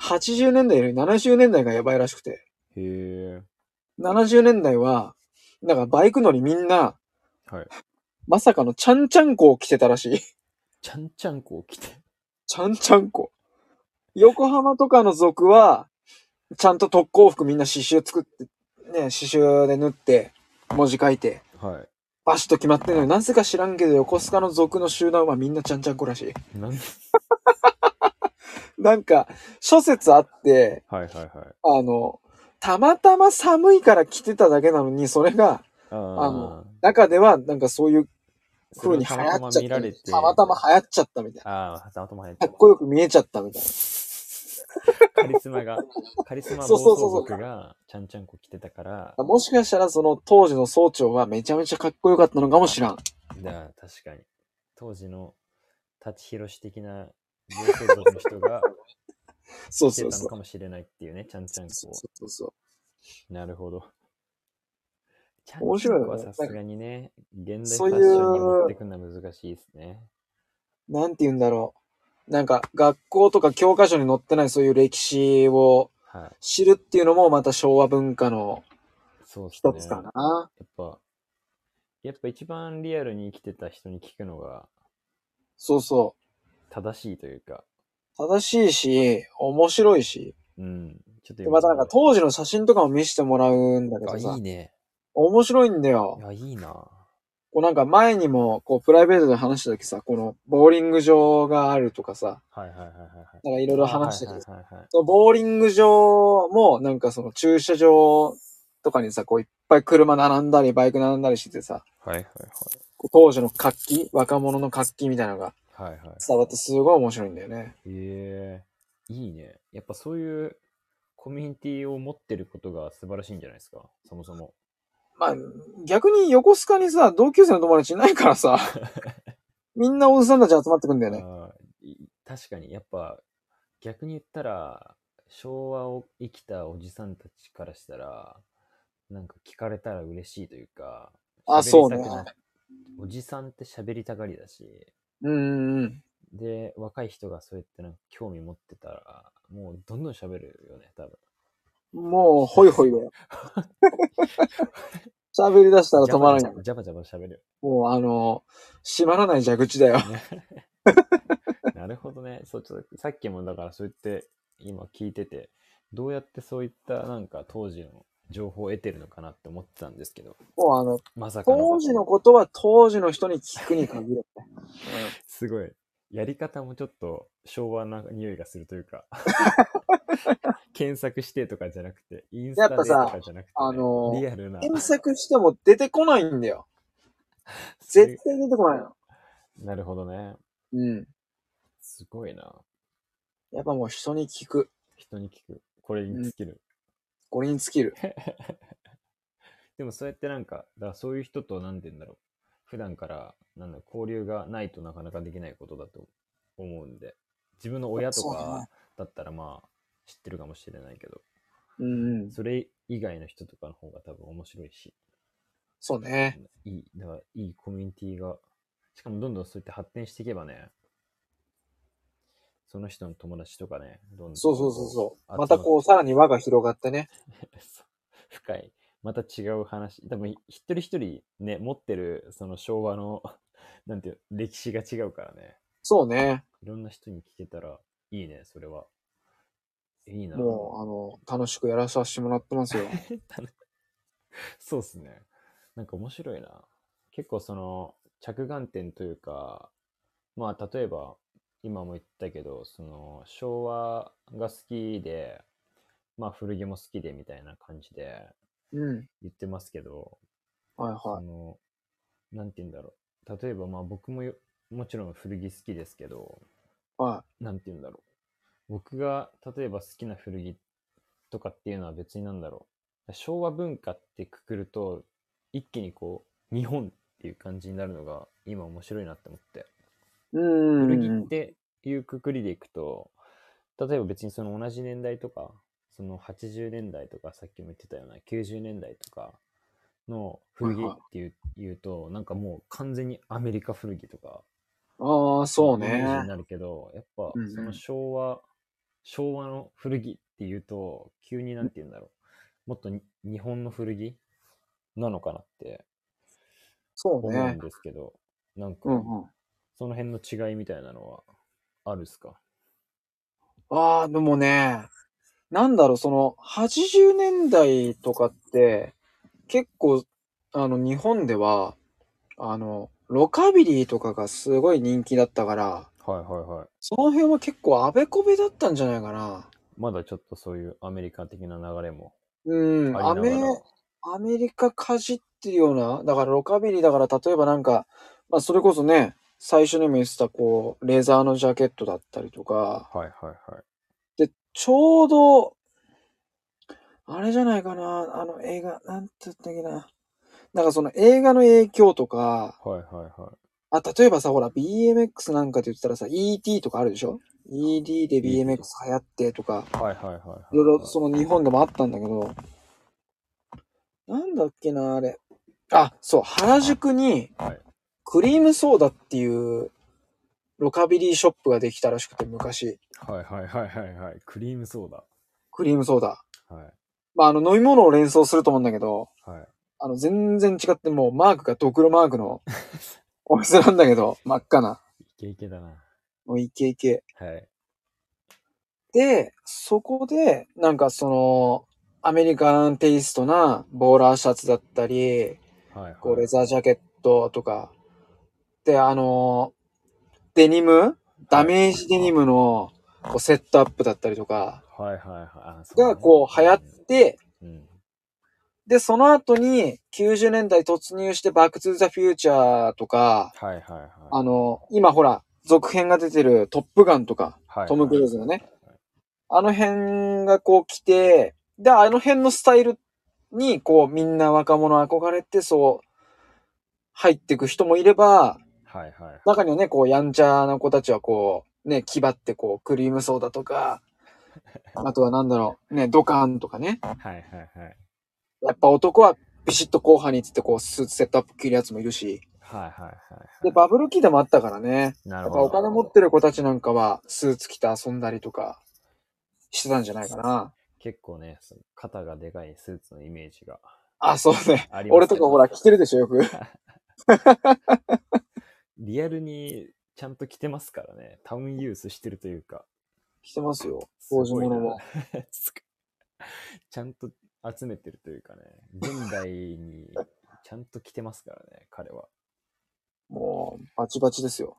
[SPEAKER 2] 80年代より70年代がやばいらしくて、
[SPEAKER 1] へえ。
[SPEAKER 2] 70年代は、だからバイク乗りみんな、
[SPEAKER 1] はい。
[SPEAKER 2] まさかのちゃんちゃんこを着てたらしい。
[SPEAKER 1] ちゃんちゃんこを着て。
[SPEAKER 2] ちゃんちゃんこ。横浜とかの族は、ちゃんと特攻服みんな刺繍作って、ね、刺繍で縫って、文字書いて、
[SPEAKER 1] は
[SPEAKER 2] バシッと決まってんのに、なぜか知らんけど、横須賀の族の集団はみんなちゃんちゃんこらし
[SPEAKER 1] い。なん
[SPEAKER 2] い。なんか、諸説あって、
[SPEAKER 1] はいはいはい。
[SPEAKER 2] あの、たまたま寒いから着てただけなのに、それが、
[SPEAKER 1] あ
[SPEAKER 2] あ
[SPEAKER 1] あ
[SPEAKER 2] の、中ではなんかそういう
[SPEAKER 1] それを
[SPEAKER 2] 風に
[SPEAKER 1] た
[SPEAKER 2] 流
[SPEAKER 1] ま
[SPEAKER 2] 行
[SPEAKER 1] た
[SPEAKER 2] っ
[SPEAKER 1] ま
[SPEAKER 2] ちゃ
[SPEAKER 1] 見
[SPEAKER 2] った
[SPEAKER 1] ら
[SPEAKER 2] みた
[SPEAKER 1] れ
[SPEAKER 2] い
[SPEAKER 1] て。
[SPEAKER 2] な。たまたま流行っちゃったみたいな。
[SPEAKER 1] ああ、たまたま入っ
[SPEAKER 2] か
[SPEAKER 1] た。
[SPEAKER 2] っこよく見えちゃったみたいな。
[SPEAKER 1] カリスマ が、カリスマ暴
[SPEAKER 2] そうそうそう
[SPEAKER 1] 走
[SPEAKER 2] そう
[SPEAKER 1] 族がちゃんちゃんこ着てたから、
[SPEAKER 2] もしかしたらその当時の総長はめちゃめちゃかっこよかったのかもしらん。
[SPEAKER 1] だから確かに。当時の舘ひろし的な暴走族の人 が
[SPEAKER 2] そう
[SPEAKER 1] 着
[SPEAKER 2] そ
[SPEAKER 1] て
[SPEAKER 2] う
[SPEAKER 1] た
[SPEAKER 2] そ
[SPEAKER 1] の
[SPEAKER 2] う
[SPEAKER 1] か。もしれないっていうね、ちゃんちゃんこ
[SPEAKER 2] そう
[SPEAKER 1] を。
[SPEAKER 2] そうそ
[SPEAKER 1] なるほど。ちゃん
[SPEAKER 2] 面
[SPEAKER 1] ちゃ
[SPEAKER 2] 白い
[SPEAKER 1] ん
[SPEAKER 2] よ
[SPEAKER 1] こ
[SPEAKER 2] ね
[SPEAKER 1] はさすがにね、現代フ
[SPEAKER 2] そう
[SPEAKER 1] ァ
[SPEAKER 2] いう
[SPEAKER 1] ッションに持ってくのは難しいですね。
[SPEAKER 2] う。なんて言うんだろう。なんか学校とか教科書に載ってないそういう歴史を
[SPEAKER 1] はい。
[SPEAKER 2] 知るっていうのもまた昭和文化の
[SPEAKER 1] そうです
[SPEAKER 2] 一
[SPEAKER 1] ね。
[SPEAKER 2] つかな。
[SPEAKER 1] やっぱ、やっぱ一番リアルに生きてた人に聞くのが
[SPEAKER 2] そうそ
[SPEAKER 1] 正しいというか、
[SPEAKER 2] う。正しいし、面白いし。
[SPEAKER 1] うん。ちょっと
[SPEAKER 2] でまたなんか
[SPEAKER 1] 当
[SPEAKER 2] 当時の写真とかも見せてもらうんだけど
[SPEAKER 1] あ、い
[SPEAKER 2] さ
[SPEAKER 1] い。ね。
[SPEAKER 2] 面白いんだよ
[SPEAKER 1] い。や、いいな。
[SPEAKER 2] こうなんか前にも、こうプライベートで話した時さ、このボーリング場があるとかさ、
[SPEAKER 1] はいはいはいはい。
[SPEAKER 2] なんかい
[SPEAKER 1] い
[SPEAKER 2] ろいろ話してたけど
[SPEAKER 1] はいはいはい。
[SPEAKER 2] そのボーリング場も、なんかその駐車場とかにさ、こういっぱい車並んだり、バイク並んだりしててさ、
[SPEAKER 1] はいはい
[SPEAKER 2] こう当時の活気、若者の活気みたいなのが
[SPEAKER 1] はい。はいはい。
[SPEAKER 2] 伝わってすごい面白いんだよね。
[SPEAKER 1] ええいいね。やっぱそういうコミュニティを持ってることが素晴らしいんじゃないですか、そもそも。
[SPEAKER 2] まあ、逆に横須賀にさ、同級生の友達いないからさ、みんなおじさんたち集まってくんだよね。
[SPEAKER 1] あーい確かに、やっぱ、逆に言ったら、昭和を生きたおじさんたちからしたら、なんか聞かれたら嬉しいというか、喋り
[SPEAKER 2] あ
[SPEAKER 1] たく
[SPEAKER 2] そうね
[SPEAKER 1] なおじさんって喋りたがりだし、
[SPEAKER 2] うんうんうん。
[SPEAKER 1] で、若い人がそうやってなんか興味持ってたら、もうどんどん喋るよね、多分。
[SPEAKER 2] もう、ほいほ いで。喋り出したら止まらん
[SPEAKER 1] ジ
[SPEAKER 2] や
[SPEAKER 1] ャ
[SPEAKER 2] ん
[SPEAKER 1] バ。ジャバジャバジャバ喋る。
[SPEAKER 2] もう、あの、閉まらない蛇口だよ。
[SPEAKER 1] なるほどね。そうちょっとさっきもだからそう言って今聞いててどうやってそういったなんか当時の情報を得てるのかなって思ってたんですけど
[SPEAKER 2] もう、あの、
[SPEAKER 1] まさか
[SPEAKER 2] 当時のことは当時の人に聞くに限る。
[SPEAKER 1] すごいやり方もちょっと昭和な匂いがするという か検索してとかじゃなくてインスタでとかじゃなくて、
[SPEAKER 2] あのー
[SPEAKER 1] リアルな
[SPEAKER 2] 検索しても出てこないんだよ。絶対出てこないの。
[SPEAKER 1] なるほどね
[SPEAKER 2] うん。
[SPEAKER 1] すごいな
[SPEAKER 2] やっぱもう人に聞く。
[SPEAKER 1] 人に聞くこれに尽きる、
[SPEAKER 2] これに尽 きる。
[SPEAKER 1] でもそうやってなんか、だからそういう人と何て言うんだろう。普段から、なんだろう交流がないとなかなかできないことだと思うんで。自分の親と
[SPEAKER 2] そうだ
[SPEAKER 1] か
[SPEAKER 2] ね
[SPEAKER 1] だったらまあ、知ってるかもしれないけど、
[SPEAKER 2] うんうん。
[SPEAKER 1] それ以外の人とかの方が多分面白いし、
[SPEAKER 2] そうね。
[SPEAKER 1] いい、だからいいコミュニティが、しかもどんどんそうやって発展していけばね、その人の友達とかね、どんどん
[SPEAKER 2] そうそうそうそう。
[SPEAKER 1] 集
[SPEAKER 2] またこう、さらに輪が広がってね。
[SPEAKER 1] そう深い。また違う話。多分、一人一人ね、持ってる、その昭和の、 なんていう、歴史が違うからね。
[SPEAKER 2] そうね。
[SPEAKER 1] いろんな人に聞けたら、いいね、それは。いいな。
[SPEAKER 2] もう、あの、楽しくやらさせてもらってま すよ。
[SPEAKER 1] 楽しそうっすね。なんか面白いな。結構その、着眼点というか、まあ、例えば、今も言ったけど、その、昭和が好きで、まあ、古着も好きでみたいな感じで
[SPEAKER 2] うん。
[SPEAKER 1] 言ってますけど、
[SPEAKER 2] はい
[SPEAKER 1] そ
[SPEAKER 2] はい。
[SPEAKER 1] の、なんて言うんだろう。例えば、まあ僕もよもちろん古着好きですけど、
[SPEAKER 2] は
[SPEAKER 1] なんて言うんだろう。僕が例えば好きな古着とかっていうのは別になんだろう。昭和文化ってくくると、一気にこう、日本っていう感じになるのが今面白いなって思って。
[SPEAKER 2] い。うんう
[SPEAKER 1] 古
[SPEAKER 2] んう
[SPEAKER 1] 着っ
[SPEAKER 2] ん。
[SPEAKER 1] ていうくくりでいくと、例えば別にその同じ年代とか、その80年代とかさっきも言ってたような90年代とかの古着っていう,、いうと、なんかもう完全にアメリカ古着とか、
[SPEAKER 2] ああ、そう
[SPEAKER 1] イメージに
[SPEAKER 2] ね。
[SPEAKER 1] なるけど、やっぱ
[SPEAKER 2] うんうん
[SPEAKER 1] その昭和、昭和の古着っていうと、急になんて言うんだろう。もっとに日本の古着なのかなって
[SPEAKER 2] そう
[SPEAKER 1] 思うん
[SPEAKER 2] ね。
[SPEAKER 1] ですけど、なんか
[SPEAKER 2] うんうん。
[SPEAKER 1] その辺の違いみたいなのはあるっすか
[SPEAKER 2] ああ、でもね、なんだろう、その、80年代とかって、結構、あの、日本では、あの、ロカビリーとかがすごい人気だったから、
[SPEAKER 1] はいはいはい。
[SPEAKER 2] その辺は結構あべこべだったんじゃないかな。
[SPEAKER 1] まだちょっとそういうアメリカ的な流れも
[SPEAKER 2] うん、
[SPEAKER 1] あ
[SPEAKER 2] ア
[SPEAKER 1] りながら。
[SPEAKER 2] メ、アメリカかじってるような、だからロカビリーだから例えばなんか、まあそれこそね、最初に見せたこう、レザーのジャケットだったりとか、
[SPEAKER 1] はいはいはい。
[SPEAKER 2] で、ちょうど、あれじゃないかな、あの映画、なんて言ったっけな。なんかその映画の影響とか、
[SPEAKER 1] はいはいはい。
[SPEAKER 2] あ、例えばさ、ほら、BMX なんかって言ったらさ、ET とかあるでしょ ?ED で BMX 流行ってとか、
[SPEAKER 1] はいはいはいはい。
[SPEAKER 2] いろいろその日本でもあったんだけど、なんだっけな、あれ。あ、そう、原宿に
[SPEAKER 1] はい、
[SPEAKER 2] クリームソーダっていう、ロカビリーショップができたらしくて、昔。
[SPEAKER 1] はいはいはいはいはい。クリームソーダ。
[SPEAKER 2] クリームソーダ。
[SPEAKER 1] はい。
[SPEAKER 2] まあ、あの、飲み物を連想すると思うんだけど、
[SPEAKER 1] はい。
[SPEAKER 2] あの、全然違って、もうマークがドクロマークの お店なんだけど、真っ赤な。
[SPEAKER 1] イケイケだな。
[SPEAKER 2] もうイケイケ。
[SPEAKER 1] はい。
[SPEAKER 2] で、そこで、なんかその、アメリカンテイストなボーラーシャツだったり、
[SPEAKER 1] はい、はい。
[SPEAKER 2] こうレザージャケットとか、で、あの、デニムダメージデニムのこうセットアップだったりとか、
[SPEAKER 1] はいはいはいあそうだね。
[SPEAKER 2] がこう流行って、
[SPEAKER 1] うん。
[SPEAKER 2] で、その後に90年代突入してバックトゥーザフューチャーとか、
[SPEAKER 1] はいはいはい。
[SPEAKER 2] あの、今ほら、続編が出てるトップガンとか、
[SPEAKER 1] はいはい
[SPEAKER 2] トムクルーズのね。あの辺がこう来て、で、あの辺のスタイルに、こう、みんな若者憧れて、そう、入ってく人もいれば、
[SPEAKER 1] はいはい。
[SPEAKER 2] 中にはね、こう、やんちゃな子たちはこう、ね、気張ってこう、クリームソーダと か、あとはなんだろう、ね、ドカーンとかね。
[SPEAKER 1] はいはいはい。
[SPEAKER 2] やっぱ男はビシッと後半につってこう、スーツセットアップ着るやつもいるし。
[SPEAKER 1] はいはいはい。
[SPEAKER 2] で、バブル期でもあったからね。
[SPEAKER 1] な
[SPEAKER 2] や
[SPEAKER 1] る
[SPEAKER 2] っ
[SPEAKER 1] ほ
[SPEAKER 2] ぱ
[SPEAKER 1] ど。
[SPEAKER 2] お金持ってる子たちなんかは、スーツ着て遊んだりとか、してたんじゃないかな。
[SPEAKER 1] 結構ね、その肩がでかいスーツのイメージが
[SPEAKER 2] あ、そうね。
[SPEAKER 1] ありますけど
[SPEAKER 2] 俺とかほら、着てるでしょ、よく。
[SPEAKER 1] リアルにちゃんと着てますからね。タウンユースしてるというか。
[SPEAKER 2] 着てますよ。
[SPEAKER 1] す
[SPEAKER 2] 当
[SPEAKER 1] ご
[SPEAKER 2] 時も
[SPEAKER 1] いな
[SPEAKER 2] のも。
[SPEAKER 1] ちゃんと集めてるというかね。現代にちゃんと着てますからね、彼は。
[SPEAKER 2] もう、バチバチですよ。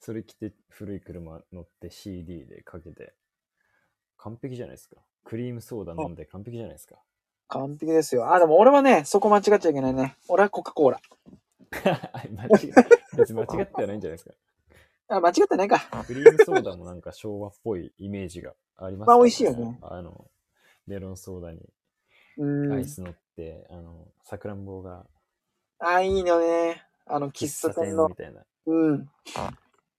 [SPEAKER 1] それ着て古い車乗って CD でかけて。完璧じゃないですか。クリームソーダ飲んで完璧じゃないですか。
[SPEAKER 2] 完璧ですよ。あ、でも俺はね、そこ間違っちゃいけないね。俺はコカ・コーラ。
[SPEAKER 1] 間違え別に間違ってはないんじゃないですか。
[SPEAKER 2] あ、間違ってないか。
[SPEAKER 1] クリームソーダもなんか昭和っぽいイメージがありますから
[SPEAKER 2] まあ美味しいよね
[SPEAKER 1] あの、メロンソーダに
[SPEAKER 2] う
[SPEAKER 1] ア
[SPEAKER 2] ん
[SPEAKER 1] イ。ス乗って、あの、さくらんぼが
[SPEAKER 2] あ、いいのね。あの、喫茶店の
[SPEAKER 1] み。たいな。
[SPEAKER 2] うん。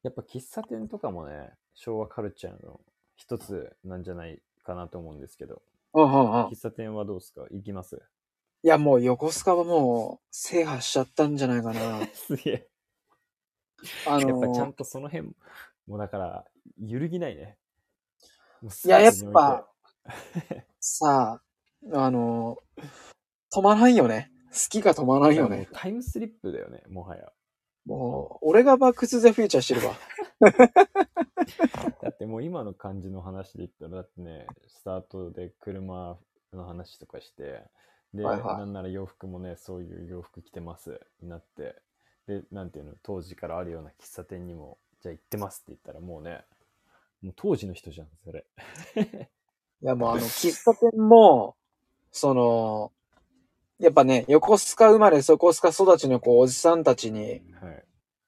[SPEAKER 1] やっぱ喫茶店とかもね、昭和カルチャーの一つなんじゃないかなと思うんですけど、
[SPEAKER 2] うんうんうん。い
[SPEAKER 1] 喫茶店はどうですか行きます
[SPEAKER 2] や、もう横須賀はもう、制覇しちゃったんじゃないか な。
[SPEAKER 1] すげえ。
[SPEAKER 2] あ
[SPEAKER 1] やっぱちゃ
[SPEAKER 2] の
[SPEAKER 1] んとその辺も、もうだから、揺るぎないね。もう
[SPEAKER 2] いややっぱ
[SPEAKER 1] スーツにおいては
[SPEAKER 2] さあ、あの止まらんよね。好きが止まらんよ
[SPEAKER 1] もう
[SPEAKER 2] ね。
[SPEAKER 1] タイムスリップだよね、もはや。
[SPEAKER 2] もう、俺がバックスザフューチャーし てるわ。
[SPEAKER 1] だってもう今の感じの話で言ったら、だってね、スタートで車の話とかして、で、
[SPEAKER 2] はいはい
[SPEAKER 1] なんなら洋服もね、そういう洋服着てますになって、で、なんていうの、当時からあるような喫茶店にも、じゃあ行ってますって言ったらもうね、もう当時の人じゃん、それ。
[SPEAKER 2] いや、もうあの、喫茶店も、その、やっぱね、横須賀生まれ、横須賀育ちのこう、おじさんたちに、
[SPEAKER 1] はい。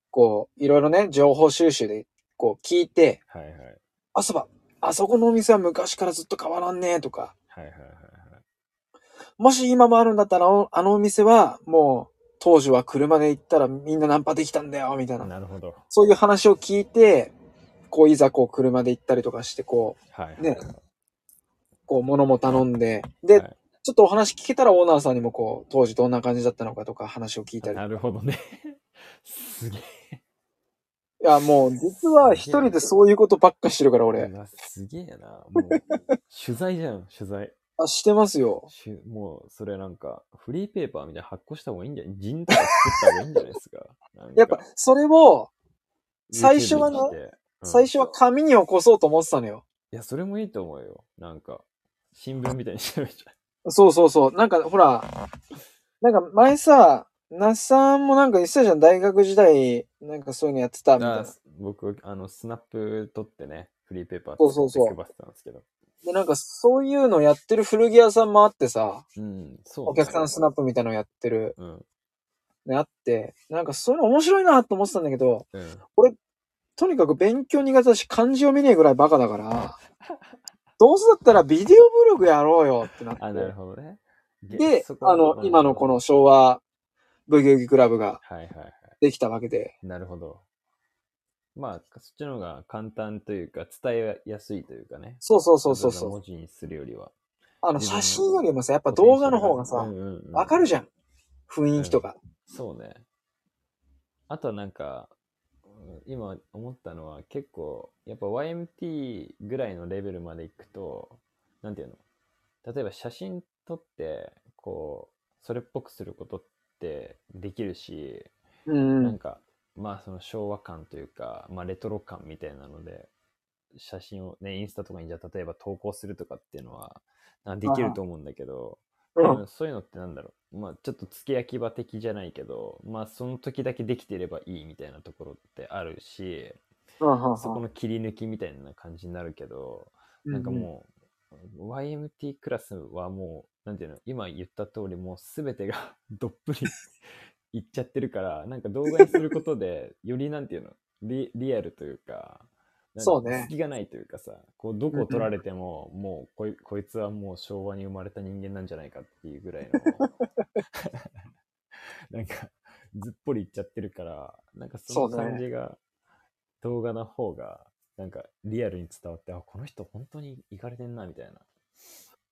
[SPEAKER 2] こう、いろいろね、情報収集で、こう、聞いて、
[SPEAKER 1] はいはい。
[SPEAKER 2] あ、そうば、あそこのお店は昔からずっと変わらんねとか、
[SPEAKER 1] はいはいはいはい。
[SPEAKER 2] もし今もあるんだったら、あのあのお店は、もう、当時は車で行ったらみんなナンパできたんだよ、みたいな。
[SPEAKER 1] なるほど。
[SPEAKER 2] そういう話を聞いて、こう、いざこう、車で行ったりとかして、こう、
[SPEAKER 1] はいはい、
[SPEAKER 2] ねこう、物も頼んで、で、
[SPEAKER 1] はい
[SPEAKER 2] ちょっとお話聞けたらオーナーさんにもこう、当時どんな感じだったのかとか話を聞いたり。
[SPEAKER 1] なるほどね。 すげえ。
[SPEAKER 2] いや、もう、実は一人でそういうことばっかしてるから、俺
[SPEAKER 1] う。わすげえな。もう、取材じゃん、取材。
[SPEAKER 2] あ、してますよ。
[SPEAKER 1] しゅもう、それなんか、フリーペーパーみたいな発行した方がいいんじゃないジンとか作った方がいいんじゃないです か。なんか
[SPEAKER 2] やっぱ、それを、最初はね
[SPEAKER 1] YouTube にして、うん
[SPEAKER 2] 最初は紙に起こそうと思ってたのよ。
[SPEAKER 1] いや、それもいいと思うよ。なんか、新聞みたいにしてるじ
[SPEAKER 2] そうそうそう。なんか、ほら、なんか前さ、那須さんもなんか言ってたじゃん。大学時代、なんかそういうのやってた
[SPEAKER 1] ゃ
[SPEAKER 2] み
[SPEAKER 1] ん。
[SPEAKER 2] たい
[SPEAKER 1] あ
[SPEAKER 2] な。
[SPEAKER 1] 僕、あの、スナップ取ってね、フリーペーパー
[SPEAKER 2] そうそうそう
[SPEAKER 1] 作って配ってたんですけど。
[SPEAKER 2] で、なんかそういうのやってる古着屋さんもあってさ、
[SPEAKER 1] うん、そう。
[SPEAKER 2] お客さんスナップみたいなのやってる、
[SPEAKER 1] うん、
[SPEAKER 2] ね、あって、なんかそういうの面白いなと思ってたんだけど、
[SPEAKER 1] うん。
[SPEAKER 2] とにかく勉強苦手だし、漢字を見ねえぐらいバカ だから、どうせだったらビデオブログやろうよってなって。
[SPEAKER 1] あ、なるほどね。げ
[SPEAKER 2] で
[SPEAKER 1] そ、こ
[SPEAKER 2] あの、今のこ。の昭和ブギウギクラブが
[SPEAKER 1] はいはいはい。
[SPEAKER 2] できたわけで。
[SPEAKER 1] なるほど。まあ、そっちの方が簡単というか、伝えやすいというかね。
[SPEAKER 2] そうそうそうそうそ
[SPEAKER 1] わ
[SPEAKER 2] う。
[SPEAKER 1] ざわざ文字にするよりは。
[SPEAKER 2] あの、
[SPEAKER 1] 自分の
[SPEAKER 2] 写真よりもさ、やっぱ動画の方が
[SPEAKER 1] う
[SPEAKER 2] さ
[SPEAKER 1] ん、うんうん
[SPEAKER 2] わかるじゃん。雰囲気とか。
[SPEAKER 1] そうね。あとはなんか、うん今思ったのは結構、やっぱ YMT ぐらいのレベルまで行くと、なんていうの例えば写真撮って、こう、それっぽくすることってできるし、
[SPEAKER 2] うんう
[SPEAKER 1] なん
[SPEAKER 2] ん。
[SPEAKER 1] か、まあその昭和感というか、まあレトロ感みたいなので、写真をね、インスタとかにじゃあ例えば投稿するとかっていうのは、なんかできると思うんだけど、
[SPEAKER 2] うん
[SPEAKER 1] うんそういうのってなんだろう、まあ、ちょっと付け焼き場的じゃないけど、まあ、その時だけできてればいいみたいなところってあるし、
[SPEAKER 2] うんうん
[SPEAKER 1] そこの切り抜きみたいな感じになるけど、なんかもう、YMT クラスはもう、なんていうの、今言った通り、もう全てが どっぷりいっちゃってるから、なんか動画にすること で、よりなんていうの、リリアルというか、なんか
[SPEAKER 2] そうね
[SPEAKER 1] 隙がないというかさ、こうどこを取られても、もうこい、こいつはもう昭 和に生まれた人間なんじゃないかっていうぐらいの、なんか、ずっぽりいっちゃってるから、なんか
[SPEAKER 2] そ
[SPEAKER 1] そうの
[SPEAKER 2] ね
[SPEAKER 1] 感じが、動画の方が、なんかリアルに伝わって、あ、この人本当に行かれてんな、みたい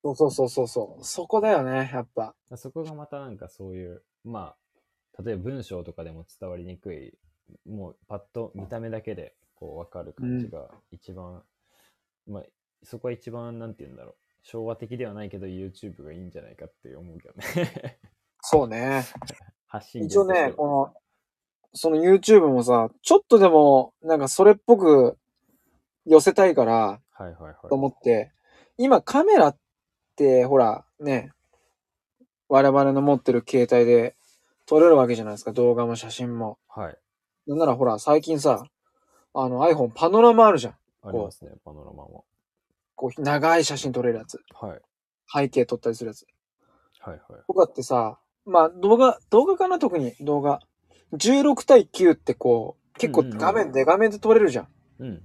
[SPEAKER 2] そうそうそうそうそう。そこだよね、やっぱ。
[SPEAKER 1] な。そこがまたなんかそういう、まあ、例えば文章とかでも伝わりにくい、もうパッと見た目だけでこう分かる感じが一番、まあ、そこは一番、なんて言うんだろう。昭和的ではないけど YouTube がいいんじゃないかって思うけどね。
[SPEAKER 2] そうね。
[SPEAKER 1] 発信
[SPEAKER 2] 一応
[SPEAKER 1] 源とし
[SPEAKER 2] ね
[SPEAKER 1] て、
[SPEAKER 2] この、その YouTube もさ、ちょっとでも、なんかそれっぽく寄せたいから、
[SPEAKER 1] はいはいはい。
[SPEAKER 2] と思って、今カメラって、ほら、ね、我々の持ってる携帯で撮れるわけじゃないですか、動画も写真も。
[SPEAKER 1] はい。
[SPEAKER 2] なんならほら、最近さ、あの iPhone パノラマあるじゃん。
[SPEAKER 1] ありますね、パノラマも。
[SPEAKER 2] こう、長い写真撮れるやつ。
[SPEAKER 1] はい。はい
[SPEAKER 2] 背景撮ったりするやつ。
[SPEAKER 1] はい。
[SPEAKER 2] とかってさ、まあ動画、動画かな特に動画。16対9ってこう、結構
[SPEAKER 1] うんうんうん
[SPEAKER 2] 画面で画面で撮れるじゃん。
[SPEAKER 1] うん。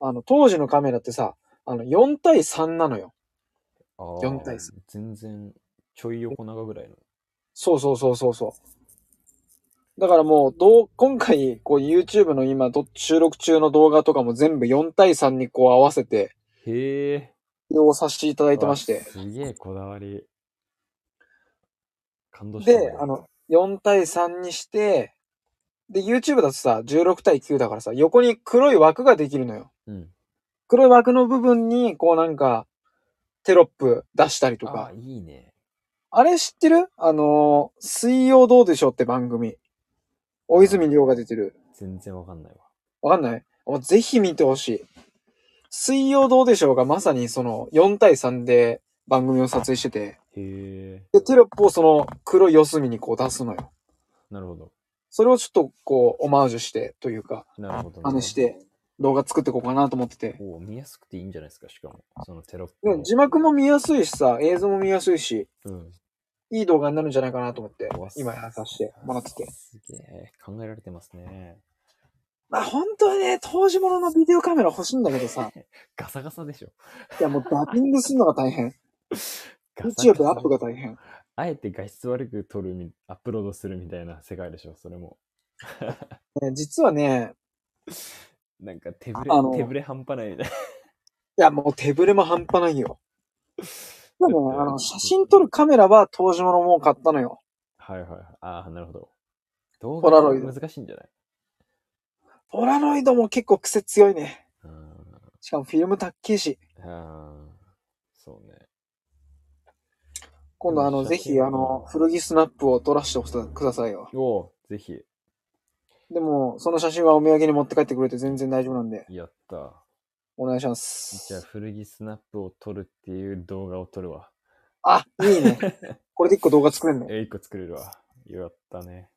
[SPEAKER 2] あの、当時のカメラってさ、あの、4対3なのよ。
[SPEAKER 1] あー
[SPEAKER 2] 四対三
[SPEAKER 1] 全然、ちょい横長ぐらいの。
[SPEAKER 2] そうそうそうそうそう。だからもう、どう、今回、こう YouTube の今ど、収録中の動画とかも全部4対3にこう合わせて、
[SPEAKER 1] へえ。
[SPEAKER 2] 用させていただいてまして。
[SPEAKER 1] わすげえこだわり。感動したな。
[SPEAKER 2] で、あの、4対3にして、で、YouTube だとさ、16対9だからさ、横に黒い枠ができるのよ。
[SPEAKER 1] うん。
[SPEAKER 2] 黒い枠の部分に、こうなんか、テロップ出したりと
[SPEAKER 1] あ
[SPEAKER 2] か
[SPEAKER 1] ー。いいね。
[SPEAKER 2] あれ知ってるあのー水曜どうでしょうって番組。大泉亮が出てる。
[SPEAKER 1] 全然わかんないわ。
[SPEAKER 2] わかんないもうぜひ見てほしい。水曜どうでしょうがまさにその4対3で番組を撮影してて、
[SPEAKER 1] へえ。
[SPEAKER 2] で、テロップをその黒い四隅にこう出すのよ。
[SPEAKER 1] なるほど。
[SPEAKER 2] それをちょっとこう、オマージュしてというか、
[SPEAKER 1] なるほど、
[SPEAKER 2] 真似し。て動画作っていこうかなと思ってて。
[SPEAKER 1] おー見やすくていいんじゃないですか、しかも。そのテロップ
[SPEAKER 2] で
[SPEAKER 1] の。
[SPEAKER 2] も字幕も見やすいしさ、映像も見やすいし、
[SPEAKER 1] うん。
[SPEAKER 2] いい動画になるんじゃないかなと思って
[SPEAKER 1] うわ、
[SPEAKER 2] 今やらさせてもらってて。
[SPEAKER 1] すげえ。考えられてますね。
[SPEAKER 2] まあ本当はね、当時物のビデオカメラ欲しいんだけど さ、
[SPEAKER 1] ガサガサでしょ。
[SPEAKER 2] いやもうダビングするのが大変。
[SPEAKER 1] ガサガ
[SPEAKER 2] YouTube
[SPEAKER 1] サ
[SPEAKER 2] アップが大変。
[SPEAKER 1] あえて画質悪く撮るみ、アップロードするみたいな世界でしょ、それも。
[SPEAKER 2] ね実はね、
[SPEAKER 1] なんか手ぶれ
[SPEAKER 2] あの、
[SPEAKER 1] 手ぶれ半端ないみたいな。
[SPEAKER 2] いや、もう手ぶれも半端ない よ。でもね、
[SPEAKER 1] だっ
[SPEAKER 2] あ
[SPEAKER 1] て
[SPEAKER 2] の、写真撮るカメラは当時物も買ったのよ。
[SPEAKER 1] はいはいはい。ああ、なるほど。動
[SPEAKER 2] ポ
[SPEAKER 1] 画
[SPEAKER 2] ラロイド
[SPEAKER 1] 難しいんじゃない
[SPEAKER 2] ポラロイドも結構癖強いね。
[SPEAKER 1] うーん。
[SPEAKER 2] しかもフィルム高いし。
[SPEAKER 1] あーそうね。
[SPEAKER 2] 今度あの、
[SPEAKER 1] 写真
[SPEAKER 2] ぜひあの、古着スナップを撮らせてくださいよ。
[SPEAKER 1] おおう、ぜひ、
[SPEAKER 2] でも、その写真はお土産に持って帰ってくれて全然大丈夫なんで、
[SPEAKER 1] やった。
[SPEAKER 2] お願いしま
[SPEAKER 1] じゃあ、
[SPEAKER 2] す。
[SPEAKER 1] 古着スナップを撮るっていう動画を撮るわ。
[SPEAKER 2] あ、い いね。これで一個動画作れんの
[SPEAKER 1] え、一個作れるわ。よかったね。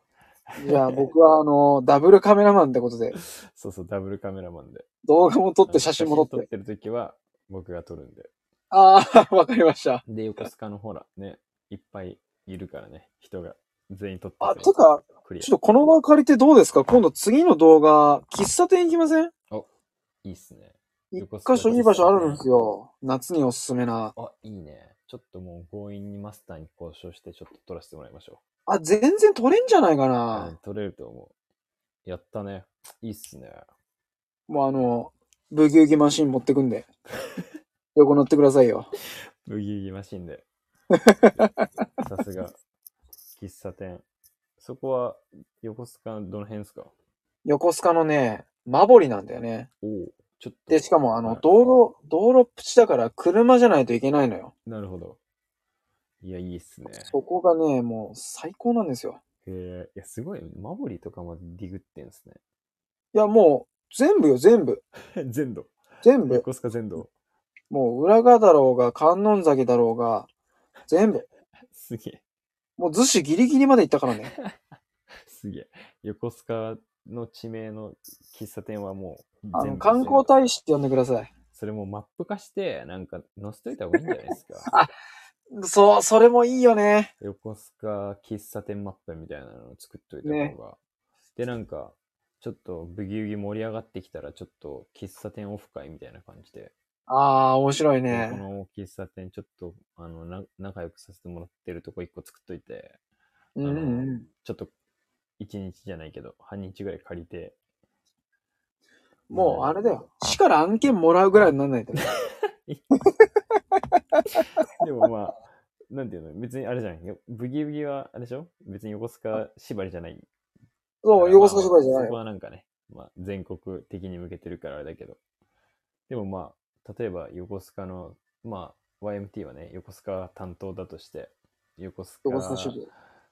[SPEAKER 2] じゃあ僕はあの、ダブルカメラマンってことで、
[SPEAKER 1] そうそう、ダブルカメラマンで。
[SPEAKER 2] 動画も撮って写真も撮っ
[SPEAKER 1] 写 っ
[SPEAKER 2] て。
[SPEAKER 1] てるときは、僕が撮るんで。
[SPEAKER 2] ああ、わかりました。
[SPEAKER 1] で、横須賀のほら、ね、いっぱいいるからね、人が。全員撮ってくれ
[SPEAKER 2] あ、
[SPEAKER 1] る
[SPEAKER 2] てか、
[SPEAKER 1] クリア
[SPEAKER 2] ちょっとこの場借りてどうですか今度次の動画、喫茶店行きません
[SPEAKER 1] いいっすね。
[SPEAKER 2] 一
[SPEAKER 1] 横須賀
[SPEAKER 2] 箇所いい場所あるんですよ。夏におすすめな。
[SPEAKER 1] あ、いいね。ちょっともう強引にマスターに交渉して、ちょっと撮らせてもらいましょ
[SPEAKER 2] あ、全然撮れんじゃないか
[SPEAKER 1] う。
[SPEAKER 2] な
[SPEAKER 1] うん。撮れると思う。やったね。いいっすね。
[SPEAKER 2] もうあの、ブギウギマシン持ってくんで。 横乗ってくださいよ。
[SPEAKER 1] ブギウギマシン で。さすが。喫茶店。そこは、横須賀のどの辺ですか
[SPEAKER 2] 横須賀のね、マボリなんだよね。
[SPEAKER 1] おお。ちょっと。
[SPEAKER 2] で、しかもあ
[SPEAKER 1] は
[SPEAKER 2] の
[SPEAKER 1] い、
[SPEAKER 2] 道路、道路プチだから車じゃないといけないのよ。
[SPEAKER 1] なるほど。いや、いいっすね。
[SPEAKER 2] そこがね、もう最高なんですよ。
[SPEAKER 1] へえ。いや、すごい。マボリとかまでディグってんですね。
[SPEAKER 2] いや、もう、全部よ、全部。
[SPEAKER 1] 全土。
[SPEAKER 2] 全部。
[SPEAKER 1] 横須賀全土。
[SPEAKER 2] もう、浦賀だろうが、観音崎だろうが、全部。
[SPEAKER 1] すげえ。
[SPEAKER 2] もう、逗子ギリギリまで行ったか らね。
[SPEAKER 1] すげえ。横須賀の地名の喫茶店はもう
[SPEAKER 2] あ
[SPEAKER 1] 全
[SPEAKER 2] の、
[SPEAKER 1] 部
[SPEAKER 2] 観光大使って呼んでください。
[SPEAKER 1] それもマップ化して、なんか載せといた方がいいんじゃないですか。
[SPEAKER 2] そう、それもいいよね。
[SPEAKER 1] 横須賀喫茶店マップみたいなのを作っといた方が。
[SPEAKER 2] ね
[SPEAKER 1] で、なんか、ちょっとブギウギ盛り上がってきたら、ちょっと喫茶店オフ会みたいな感じで、
[SPEAKER 2] ああ、面白い
[SPEAKER 1] こ
[SPEAKER 2] ね。
[SPEAKER 1] の喫茶店ちょっとあのな仲良くさせてもらってるとこ一個作っといて、
[SPEAKER 2] うんうんうん。
[SPEAKER 1] ちょっと一日じゃないけど、半日ぐらい借りて。
[SPEAKER 2] もうあれだよ。市から案件もらうぐらいにならないとね。
[SPEAKER 1] でも まあ、なんていうの、別にあれじゃないよ。ブギブギは、あれでしょ別に横須賀縛りじゃない。
[SPEAKER 2] そう、横須賀芝居じゃな
[SPEAKER 1] そ
[SPEAKER 2] い
[SPEAKER 1] こ
[SPEAKER 2] よ。
[SPEAKER 1] はなんかね、まあ、全国的に向けてるからあれだけど。でもまあ、例えば横須賀の、まあ、YMT はね、横須賀担当だとして、横須賀
[SPEAKER 2] 横須賀支部。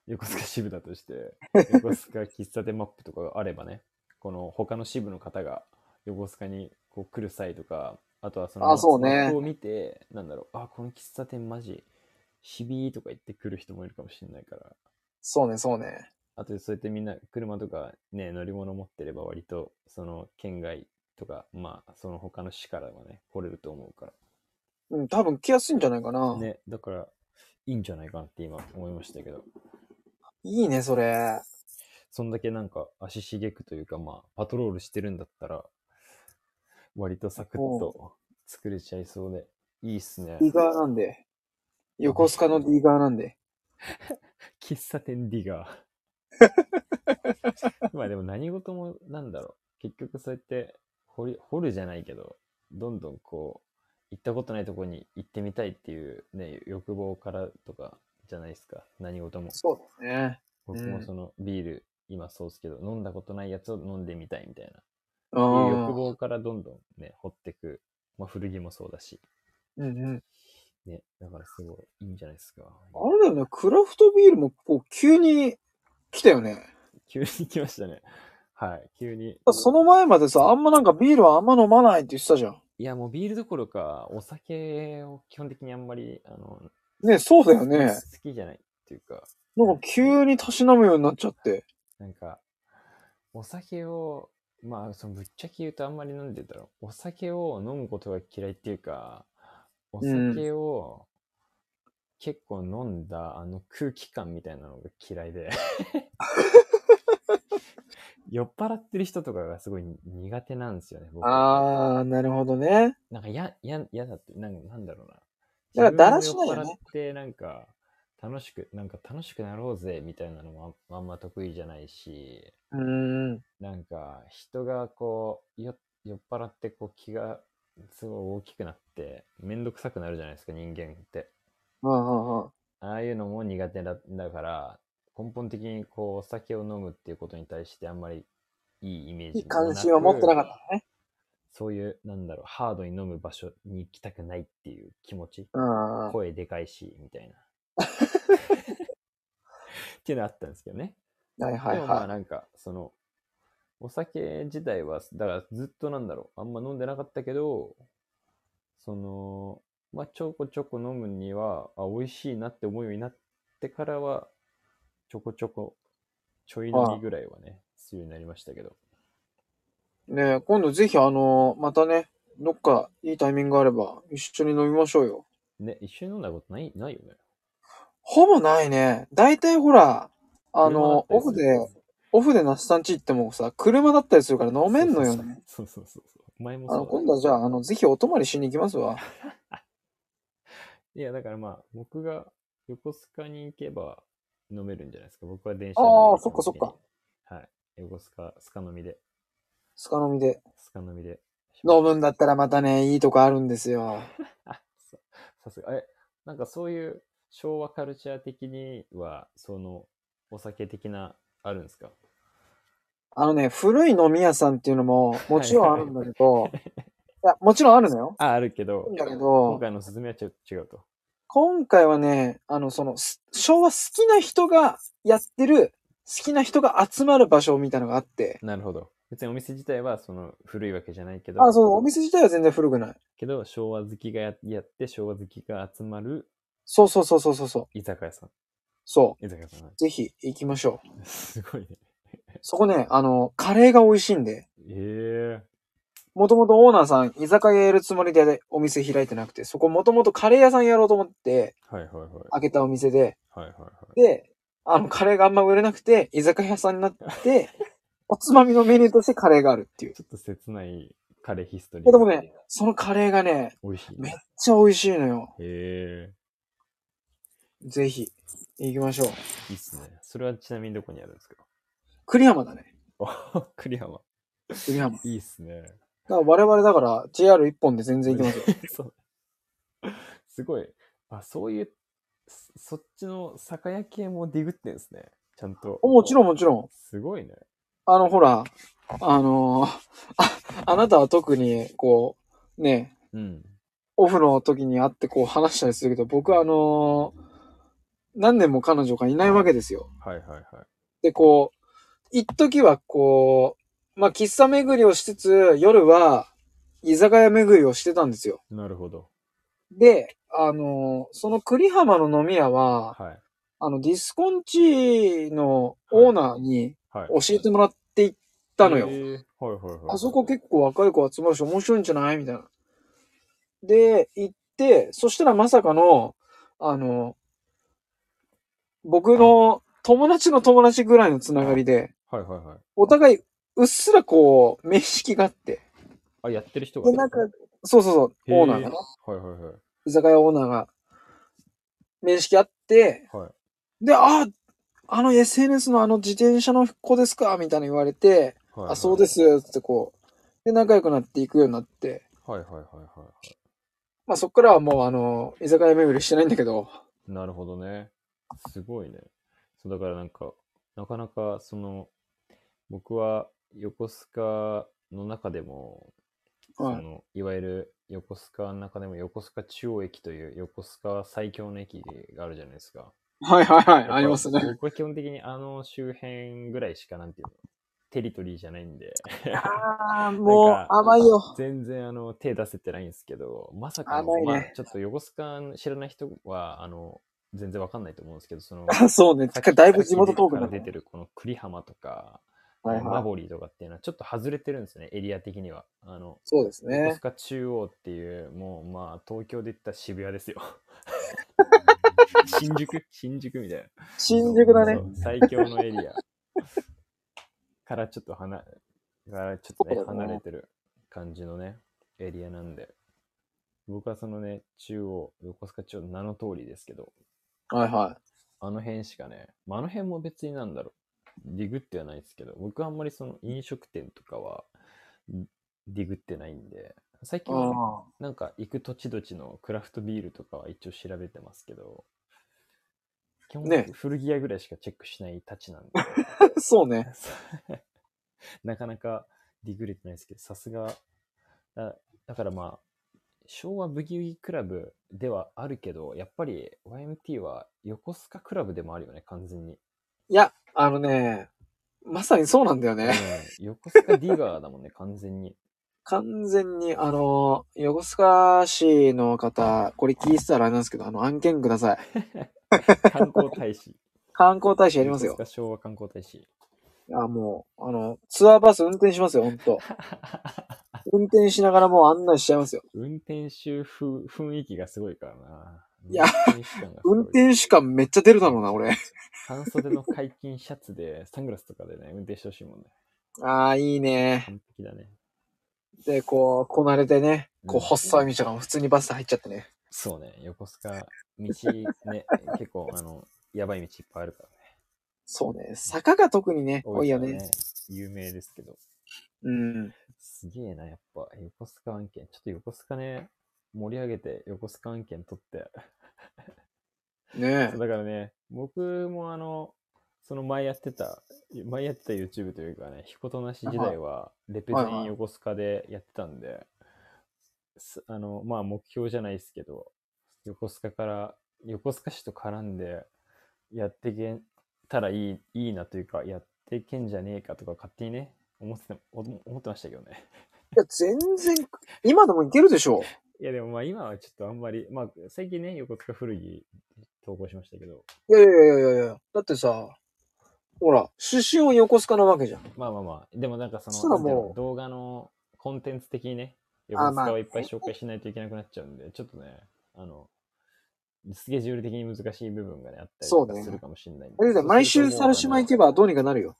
[SPEAKER 1] 横須賀支部だと して、横須賀喫茶店マップとかがあればね、この他の支部の方が横須賀にこう来る際とか、あとはその
[SPEAKER 2] あそうね
[SPEAKER 1] マップを見て、なんだろう、あ、この喫茶店マジ、ひびーとか言って来る人もいるかもしれないから、
[SPEAKER 2] そうね、そうね。
[SPEAKER 1] あとそうやってみんな車とかね、乗り物持ってれば割と、その県外とか、まあ、その他の市からはね、来れると思うか
[SPEAKER 2] うん、多分来やすいんじゃないかな。
[SPEAKER 1] ら。ね、だから、いいんじゃないかなって今思いましたけど。
[SPEAKER 2] いいね、それ。
[SPEAKER 1] そんだけなんか足しげくというか、まあ、パトロールしてるんだったら、割とサクッと作れちゃいそうで、いいっすね。
[SPEAKER 2] ディガーなんで。横須賀のディガーなんで。
[SPEAKER 1] 喫茶店ディガー。 まあでも何事もなんだろう。結局そうやって掘り、掘るじゃないけど、どんどんこう、行ったことないとこに行ってみたいっていうね、欲望からとかじゃないですか。何事も。
[SPEAKER 2] そうですね。
[SPEAKER 1] 僕
[SPEAKER 2] う
[SPEAKER 1] も
[SPEAKER 2] ん
[SPEAKER 1] そのビール、今そうですけど、飲んだことないやつを飲んでみたいみたいな。
[SPEAKER 2] う。
[SPEAKER 1] っていうん欲望からどんどんね、掘ってく。まあ、古着もそうだし。
[SPEAKER 2] うんうん。
[SPEAKER 1] ね、だからすごいいいんじゃないですか。
[SPEAKER 2] あれだよね、クラフトビールもこう急に来たよね。
[SPEAKER 1] 急に来ましたね。はい、急に。
[SPEAKER 2] その前までさ、あんまなんかビールはあんま飲まないって言ってたじゃん。
[SPEAKER 1] いや、もうビールどころか、お酒を基本的にあんまり、あの、
[SPEAKER 2] ねそうだよね。
[SPEAKER 1] 好きじゃないっていうか、
[SPEAKER 2] なんか急にたしなむようになっちゃって。
[SPEAKER 1] なんか、お酒を、まあ、そのぶっちゃけ言うとあんまり飲んでたら、お酒を飲むことが嫌いっていうか、お酒を結構飲んだあの空気感みたいなのが嫌い で。酔っ払ってる人とかがすごい苦手なんですよね、僕
[SPEAKER 2] あー、なるほどね。
[SPEAKER 1] なんかや、や、やだって、なんなんだろうな。
[SPEAKER 2] だからだらしないよね
[SPEAKER 1] 自分が酔っ払って、なんか、楽しく、なんか楽しくなろうぜ、みたいなのもああんま得意じゃないし、
[SPEAKER 2] うーん。
[SPEAKER 1] なんか、人がこう、よ酔っ払って、こう、気が、すごい大きくなって、めんどくさくなるじゃないですか、人間って。
[SPEAKER 2] はあはあ
[SPEAKER 1] ああいうのも苦手だだから、根本的にこう、お酒を飲むっていうことに対して、あんまりいいイメー
[SPEAKER 2] いい
[SPEAKER 1] ジも
[SPEAKER 2] 関心は持ってなかったね。
[SPEAKER 1] そういう、なんだろう、ハードに飲む場所に行きたくないっていう気持ち。
[SPEAKER 2] うんうん。
[SPEAKER 1] 声でかいし、み たいな。っていうのあったんですけどね。
[SPEAKER 2] はいはい
[SPEAKER 1] でもまあ
[SPEAKER 2] は
[SPEAKER 1] なんか、その、お酒自体は、だからずっとなんだろう、あんま飲んでなかったけど、その、まあちょこちょこ飲むには、あ、美味しいなって思うようになってからは、ちょこちょこ、ちょい飲みぐらいはね、するようになりましたけど。
[SPEAKER 2] い。ねえ今度ぜひあのまたね、どっかいいタイミングがあれば一緒に飲みましょうよ。
[SPEAKER 1] ね、一緒に飲んだことない、ないよね。
[SPEAKER 2] ほぼないね。だいたいほら、あ
[SPEAKER 1] 車だ
[SPEAKER 2] の
[SPEAKER 1] っ、たり
[SPEAKER 2] オ
[SPEAKER 1] す
[SPEAKER 2] フ
[SPEAKER 1] る
[SPEAKER 2] で、オフで那須さんち行ってもさ、車だったりするから飲めんのよね。。
[SPEAKER 1] そうそうそうそう。前も
[SPEAKER 2] あ
[SPEAKER 1] そう
[SPEAKER 2] の、
[SPEAKER 1] だ
[SPEAKER 2] 今度はじゃあ、あの、ぜひお泊まりしに行きますわ。
[SPEAKER 1] いや、だからまあ、僕が横須賀に行けば飲めるんじゃないですか。僕は電車
[SPEAKER 2] あー
[SPEAKER 1] 乗る
[SPEAKER 2] そっかそっか
[SPEAKER 1] はい。横須賀、スカ飲みで、
[SPEAKER 2] スカ飲みで。
[SPEAKER 1] スカ飲みで。
[SPEAKER 2] 飲むんだったらまたね、いいとこあるんですよ。
[SPEAKER 1] あ、ささすが。え、なんかそういう昭和カルチャー的には、その、お酒的な、あるんですか
[SPEAKER 2] あのね、古い飲み屋さんっていうのも、もちろんあるんだけ ど、いや、もちろんあるのよ。
[SPEAKER 1] あ、あるけど、
[SPEAKER 2] だけ
[SPEAKER 1] 今
[SPEAKER 2] ど、
[SPEAKER 1] 回のスズメはちょっと違うと。
[SPEAKER 2] 今回はね、あの、その、す昭和好きな人がやってる、好きな人が集まる場所みたいなのがあって、
[SPEAKER 1] なるほど。別にお店自体は、その、古いわけじゃないけど、
[SPEAKER 2] あ、そう、お店自体は全然古くない。
[SPEAKER 1] けど、昭和好きがややって、昭和好きが集まる
[SPEAKER 2] そうそうそうそうそうそう。
[SPEAKER 1] 居酒屋さん。
[SPEAKER 2] そ
[SPEAKER 1] 居酒屋さん。
[SPEAKER 2] う。ぜひ行きましょう。
[SPEAKER 1] すごいね。
[SPEAKER 2] そこね、あの、カレーが美味しいんで、
[SPEAKER 1] ええ
[SPEAKER 2] もともとオーナーさん居酒屋やるつもりでお店開いてなくて、そこもともとカレー屋さんやろうと思って
[SPEAKER 1] はいはいはい。
[SPEAKER 2] 開けたお店で、
[SPEAKER 1] はいはいはい。
[SPEAKER 2] で、あの、カレーがあんま売れなくて、居酒屋さんに なって、おつまみのメニューとしてカレーがあるっていう。
[SPEAKER 1] ちょっと切ないカレーヒストリー。
[SPEAKER 2] でもね、そのカレーがね、めっ
[SPEAKER 1] 美味しい、
[SPEAKER 2] め
[SPEAKER 1] ね。
[SPEAKER 2] ちゃ美味しいのよ。
[SPEAKER 1] へえ
[SPEAKER 2] ぜひ、行きましょう。
[SPEAKER 1] いいっすね。それはちなみにどこにあるんですか
[SPEAKER 2] 栗山だね。
[SPEAKER 1] 栗山。
[SPEAKER 2] 栗山。だか
[SPEAKER 1] いいっすね。
[SPEAKER 2] ら我々だから JR 一本で全然行きますよ。
[SPEAKER 1] そうすごい。あ、そういう、そそっちの酒屋系もディグってんですね。ちゃんと。
[SPEAKER 2] もちろ
[SPEAKER 1] ん。
[SPEAKER 2] んもちろん。
[SPEAKER 1] すごいね。
[SPEAKER 2] あの、ほら、あのーあ、あなたは特に、こう、ね、
[SPEAKER 1] うん。
[SPEAKER 2] オフの時に会ってこう話したりするけど、僕はあのー何年も彼女がいないわけですよ。
[SPEAKER 1] はいはいはい。
[SPEAKER 2] で、こう、一時はこう、まあ、喫茶巡りをしつつ、夜は居酒屋巡りをしてたんですよ。
[SPEAKER 1] なるほど。
[SPEAKER 2] で、あのーその栗浜の飲み屋は、
[SPEAKER 1] はい。
[SPEAKER 2] あの、ディスコンチのオーナーに
[SPEAKER 1] はい。
[SPEAKER 2] 教えてもらって行ったのよ。
[SPEAKER 1] えーはいはいはい。
[SPEAKER 2] あそこ結構若い子集まるし面白いんじゃないみたいな。で、行って、そしたらまさかの、あの、僕の友達の友達ぐらいのつながりで、
[SPEAKER 1] はいはいはい。
[SPEAKER 2] お互いうっすらこう、面識があって。
[SPEAKER 1] あ、やってる人が。
[SPEAKER 2] で、なんか、そうそうそう、
[SPEAKER 1] へー
[SPEAKER 2] オーナーがね、
[SPEAKER 1] はいはいはい。
[SPEAKER 2] 居酒屋オーナーが、面識あって、
[SPEAKER 1] はい。
[SPEAKER 2] で、あ、あの SNS のあの自転車の子ですかみたいな言われて、
[SPEAKER 1] はいはい
[SPEAKER 2] あ、そうで。す、ってこう、で、仲良くなっていくようになって、
[SPEAKER 1] はいはいはいはい。
[SPEAKER 2] まあそっからはもうあの、居酒屋巡りしてないんだけど、
[SPEAKER 1] なるほどね。すごいね。そうだからなんか、なかなかその、僕は横須賀の中でも、
[SPEAKER 2] はい
[SPEAKER 1] そのいわゆる横須賀の中でも横須賀中央駅という横須賀最強の駅があるじゃないですか。
[SPEAKER 2] はいはいはい、
[SPEAKER 1] やっぱ
[SPEAKER 2] ありますね。
[SPEAKER 1] 僕は基本的にあの周辺ぐらいしかなんていうの、テリトリーじゃないんで。
[SPEAKER 2] あ
[SPEAKER 1] な
[SPEAKER 2] あ、
[SPEAKER 1] んか
[SPEAKER 2] 甘いよ。
[SPEAKER 1] 全然あの手出せてないんですけど、まさかの、
[SPEAKER 2] 甘いね
[SPEAKER 1] まあ、ちょっと横須賀の知らない人はあの全然わかんないと思うんですけど、そ の
[SPEAKER 2] そうね、
[SPEAKER 1] さっき
[SPEAKER 2] だいぶ地元トーク
[SPEAKER 1] から
[SPEAKER 2] になっ
[SPEAKER 1] 出
[SPEAKER 2] て
[SPEAKER 1] てるこの栗浜とか、
[SPEAKER 2] はい
[SPEAKER 1] マ
[SPEAKER 2] はい。
[SPEAKER 1] ボリーとかっていうのはちょっと外れてるんですね、エリア的には。あの
[SPEAKER 2] そうです
[SPEAKER 1] 横
[SPEAKER 2] ね
[SPEAKER 1] 須。賀中央っていう、もうまあ東京で言ったら渋谷 ですよ。新宿新宿みたいな。
[SPEAKER 2] 新宿だね
[SPEAKER 1] そ。う最強のエリア からちょっと離れ、からちょっと、
[SPEAKER 2] そ
[SPEAKER 1] ね、
[SPEAKER 2] うだね
[SPEAKER 1] 離れてる感じのね、エリアなんで。僕はそのね、中央、横須賀中央の名の通りですけど、
[SPEAKER 2] はいは
[SPEAKER 1] あの辺しかね、まあ、あの辺も別になんだろう、ディグってはないですけど、僕はあんまりその飲食店とかは、んディグってないんで、最
[SPEAKER 2] い。
[SPEAKER 1] 近は
[SPEAKER 2] あ
[SPEAKER 1] なんか行く土地土地のクラフトビールとかは一応調べてますけど、基本
[SPEAKER 2] ね
[SPEAKER 1] 古着屋ぐらいしかチェックしないたちなんで、
[SPEAKER 2] ーそうね。
[SPEAKER 1] そう なかなかディグれてないですけど、さすが、だだからまあ、昭和ブギウギクラブではあるけど、やっぱり YMT は横須賀クラブでもあるよね、完全に。
[SPEAKER 2] いや、あのね、まさにそうなんだよね。
[SPEAKER 1] うん横須賀ディガーだもんね、完全に。
[SPEAKER 2] 完全に、あの、横須賀市の方、これ聞いてたらあれなんですけど、あの、案件ください。
[SPEAKER 1] 観光大使。
[SPEAKER 2] 観光大使 やりますよ
[SPEAKER 1] 横。須賀昭和観光大使。
[SPEAKER 2] あ、もう、あの、ツアーバス運転しますよ、ほん と。運転しながらもう案内しちゃいますよ。
[SPEAKER 1] 運転手風雰囲気がすごいからな。
[SPEAKER 2] いや
[SPEAKER 1] 運転手感がすごい
[SPEAKER 2] 運転手感めっちゃ出るだろうな、俺。
[SPEAKER 1] 半袖の解禁シャツで、サングラスとかでね、運転してほしいもんね。
[SPEAKER 2] ああ、いいね。
[SPEAKER 1] 完璧だね。
[SPEAKER 2] で、こう、こなれてね、
[SPEAKER 1] う
[SPEAKER 2] こう、
[SPEAKER 1] ん
[SPEAKER 2] 細い道が普通にバスで入っちゃってね。
[SPEAKER 1] そうね、横須賀、道ね、結構、あの、やばい道いっぱいあるからね。
[SPEAKER 2] そうね、坂が特にね、多いよ
[SPEAKER 1] から
[SPEAKER 2] ね。。
[SPEAKER 1] 有名ですけど。
[SPEAKER 2] うん。
[SPEAKER 1] すげえな、やっぱ、横須賀案件。ちょっと横須賀ね、盛り上げて、横須賀案件取って。
[SPEAKER 2] ね
[SPEAKER 1] そうだからね、僕もあの、その前やってた、前やってた YouTube というかね、ひことなし時代は、レペゼ
[SPEAKER 2] はいは
[SPEAKER 1] ン
[SPEAKER 2] い
[SPEAKER 1] 横須賀でやってたんで、すあの、まあ目標じゃないですけど、横須賀から、横須賀市と絡んで、やってけたらいい、いいなというか、やってけんじゃねえかとか、勝手にね、思ってた思思ってましたけどね。
[SPEAKER 2] いや、全然、今でもいけるでしょ
[SPEAKER 1] いや、でもまあ今はちょっとあんまり、まあ最近ね、横須賀古着投稿しましたけど、
[SPEAKER 2] う。いやいやいやいやいや。だってさ、ほら、出身は横須賀なわけじゃん。
[SPEAKER 1] まあまあまあ、でもなんかその、
[SPEAKER 2] そしたら
[SPEAKER 1] なんていうの
[SPEAKER 2] もう
[SPEAKER 1] 動画のコンテンツ的にね、横
[SPEAKER 2] あ
[SPEAKER 1] 須
[SPEAKER 2] まあ
[SPEAKER 1] 賀をいっぱい紹介しないといけなくなっちゃうんで、ちょっとね、あの、スケジュール的に難しい部分がね、あったり
[SPEAKER 2] そ
[SPEAKER 1] と
[SPEAKER 2] うね
[SPEAKER 1] かするかもしれないんで。
[SPEAKER 2] だけど毎週猿島行けばどうにかなるよ。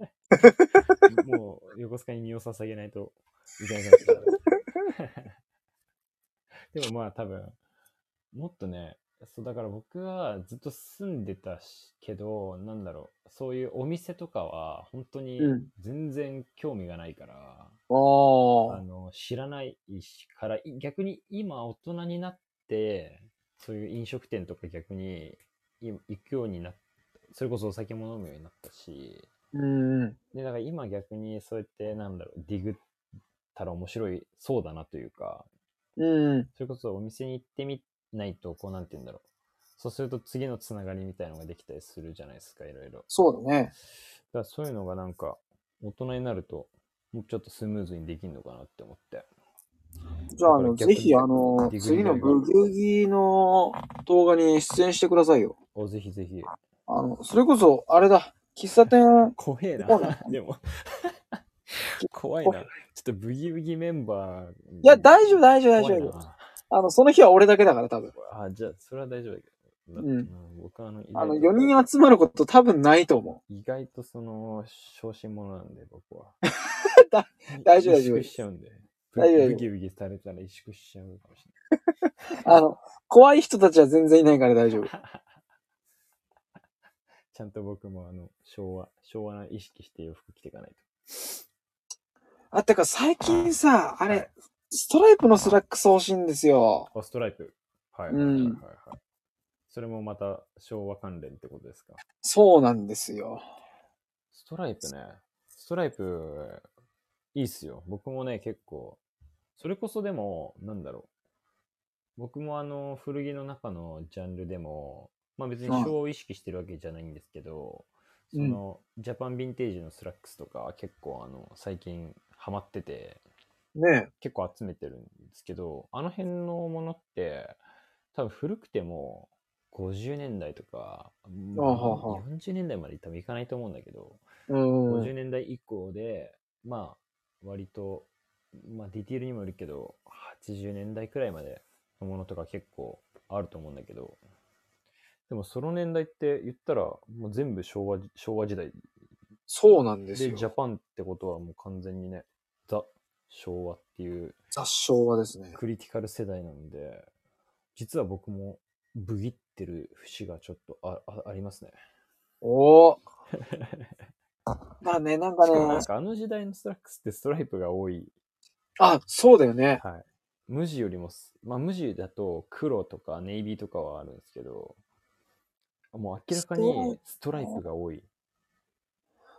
[SPEAKER 1] ば。もう、横須賀に身を捧げないといけなく なっちゃうから。でもまあ、多分、もっとね、そう、だから僕はずっと住んでたしけど、なんだろう、そういうお店とかは、本当に
[SPEAKER 2] うん
[SPEAKER 1] 全然興味がないから、あ
[SPEAKER 2] ああ。
[SPEAKER 1] の、知らないしから、い逆に今大人になって、そういう飲食店とか逆にい行くようになっそれこそお酒も飲むようになったし、
[SPEAKER 2] うんうん。
[SPEAKER 1] で、だから今逆にそうやって、なんだろう、ディグったら面白いそうだなというか、
[SPEAKER 2] うん。
[SPEAKER 1] それこそお店に行ってみないと、こう、なんて言うんだろう。そうすると次のつながりみたいのができたりするじゃないですか、いろいろ。
[SPEAKER 2] そうだ
[SPEAKER 1] だ
[SPEAKER 2] ね。
[SPEAKER 1] からそういうのがなんか、大人になると、もうちょっとスムーズにできるのかなって思って。
[SPEAKER 2] じゃあ、あ
[SPEAKER 1] だか
[SPEAKER 2] の、
[SPEAKER 1] ら逆
[SPEAKER 2] ぜ
[SPEAKER 1] に
[SPEAKER 2] ひ、あの、
[SPEAKER 1] ディグリ
[SPEAKER 2] 次
[SPEAKER 1] が
[SPEAKER 2] のブギウギの動画に出演してくださいよ。
[SPEAKER 1] お、ぜひぜひ。
[SPEAKER 2] あの、それこそ、あれだ、喫茶店、
[SPEAKER 1] 怖え
[SPEAKER 2] そうな
[SPEAKER 1] な。で も。怖いな。ちょっとブギブギメンバー。い
[SPEAKER 2] いや、大丈夫、大丈夫、大丈
[SPEAKER 1] 怖い
[SPEAKER 2] 夫。
[SPEAKER 1] な
[SPEAKER 2] あの、その日は俺だけだから、多分。
[SPEAKER 1] あ、じゃあ、それは大丈夫だけど。だって
[SPEAKER 2] うん
[SPEAKER 1] うん僕はあの、意外
[SPEAKER 2] あ
[SPEAKER 1] と
[SPEAKER 2] の、4人集まること多分ないと思
[SPEAKER 1] 意外とその、小心者なんで、僕は。
[SPEAKER 2] だ大丈夫
[SPEAKER 1] 萎縮しちゃうんで。
[SPEAKER 2] 大丈夫
[SPEAKER 1] ブギブギされたら萎縮しちゃうかもし
[SPEAKER 2] う。あの、怖い人たちは全然いないから大丈夫。
[SPEAKER 1] れない。ちゃんと僕もあの、昭和、昭和な意識して洋服着ていかないと。
[SPEAKER 2] あ、てか最近さ、あ
[SPEAKER 1] は
[SPEAKER 2] れ
[SPEAKER 1] い、
[SPEAKER 2] ストライプのスラックス欲しいんですよ。
[SPEAKER 1] あ、ストライプ。はい。
[SPEAKER 2] うん
[SPEAKER 1] はいはいはい。それもまた昭和関連ってことですか。
[SPEAKER 2] そうなんですよ。
[SPEAKER 1] ストライプね。ストライプ、いいっすよ。僕もね、結構。それこそでも、なんだろう。僕もあの、古着の中のジャンルでも、まあ別に
[SPEAKER 2] うん
[SPEAKER 1] 昭和を意識してるわけじゃないんですけど、そ
[SPEAKER 2] うん
[SPEAKER 1] の、ジャパンヴィンテージのスラックスとか、結構あの、最近ハマってて、
[SPEAKER 2] ね
[SPEAKER 1] 結構集めてるんですけど、あの辺のものって、多分古くても50年代とか、
[SPEAKER 2] あはは
[SPEAKER 1] 40年代まで多分いかないと思うんだけど、
[SPEAKER 2] え。うん。
[SPEAKER 1] 50年代以降で、まあ、割と、まあ、ディティールにもよるけど、80年代くらいまでのものとか結構あると思うんだけど、でもその年代って言ったら、もう全部昭和、昭和時代
[SPEAKER 2] そうなん
[SPEAKER 1] で、
[SPEAKER 2] です
[SPEAKER 1] ジャ
[SPEAKER 2] よ。
[SPEAKER 1] パンってことはもう完全にね、ザ・昭和っていう
[SPEAKER 2] 雑昭和ですね。
[SPEAKER 1] クリティカル世代なんで、実は僕もブギってる節がちょっとああありますね。
[SPEAKER 2] お お。まあね、なんか
[SPEAKER 1] しかもな
[SPEAKER 2] ね
[SPEAKER 1] ん、かあの時代のストラックスってストライプが多い
[SPEAKER 2] あ、そうだよね。
[SPEAKER 1] はい。無地よりもす、まあ無地だと黒とかネイビーとかはあるんですけど、もう明らかにストライプが多い。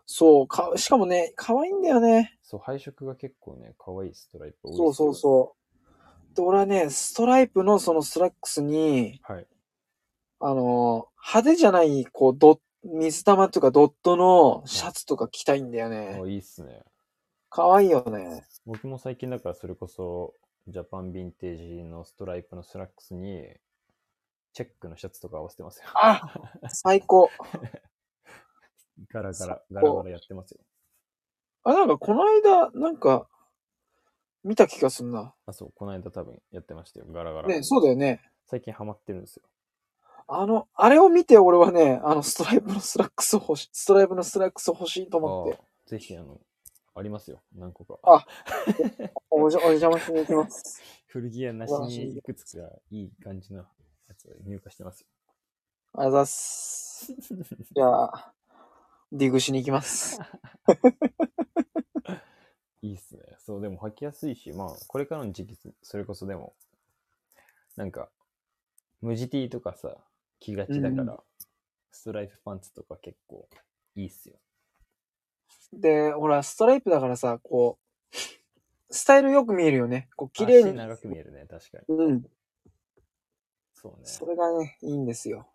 [SPEAKER 2] そう、か、しかもね、可愛いんだよね。
[SPEAKER 1] そう、配色が結構ね、可愛いストライプ多い
[SPEAKER 2] そうそう
[SPEAKER 1] う。
[SPEAKER 2] そう。で、俺はね、ストライプのそのスラックスに、
[SPEAKER 1] はい。
[SPEAKER 2] あのー派手じゃない、こう、ド水玉とかドットのシャツとか着たいんだよね。
[SPEAKER 1] あいいっすね。
[SPEAKER 2] 可愛いよね。
[SPEAKER 1] 僕も最近だからそれこそ、ジャパンヴィンテージのストライプのスラックスに、チェックのシャツとか合わせてますよ。
[SPEAKER 2] あ最高。
[SPEAKER 1] ガラガラ、
[SPEAKER 2] 高
[SPEAKER 1] ガラガラやってますよ。
[SPEAKER 2] あ、なんかこの間、なんか、見た気がすんな。
[SPEAKER 1] あ、そう、この間多分やってましたよ。ガラガラ。
[SPEAKER 2] ね、そうだよね。
[SPEAKER 1] 最近ハマってるんですよ。
[SPEAKER 2] あの、あれを見て俺はね、あの、ストライプのスラックス欲しい、ストライプのスラックス欲しいと思って、
[SPEAKER 1] あぜひ、あの、ありますよ。何個か。
[SPEAKER 2] おじゃお邪魔しに行きます。
[SPEAKER 1] 古着屋なしにいくつかいい感じのやつ入荷してます。
[SPEAKER 2] あざっす。じゃあ、ディグしに行きます。
[SPEAKER 1] いいっすね。そう、でも履きやすいし、まあ、これからの時期、それこそでも、なんか、無地 T とかさ、着がちだから、
[SPEAKER 2] うんう
[SPEAKER 1] ストライプパンツとか結構いいっすよ。
[SPEAKER 2] で、ほら、ストライプだからさ、こう、スタイルよく見えるよね。こう、綺麗
[SPEAKER 1] 足
[SPEAKER 2] に。
[SPEAKER 1] 長く見えるね、確かに。
[SPEAKER 2] うん。
[SPEAKER 1] そうね。ス
[SPEAKER 2] それがね、いいんですよ。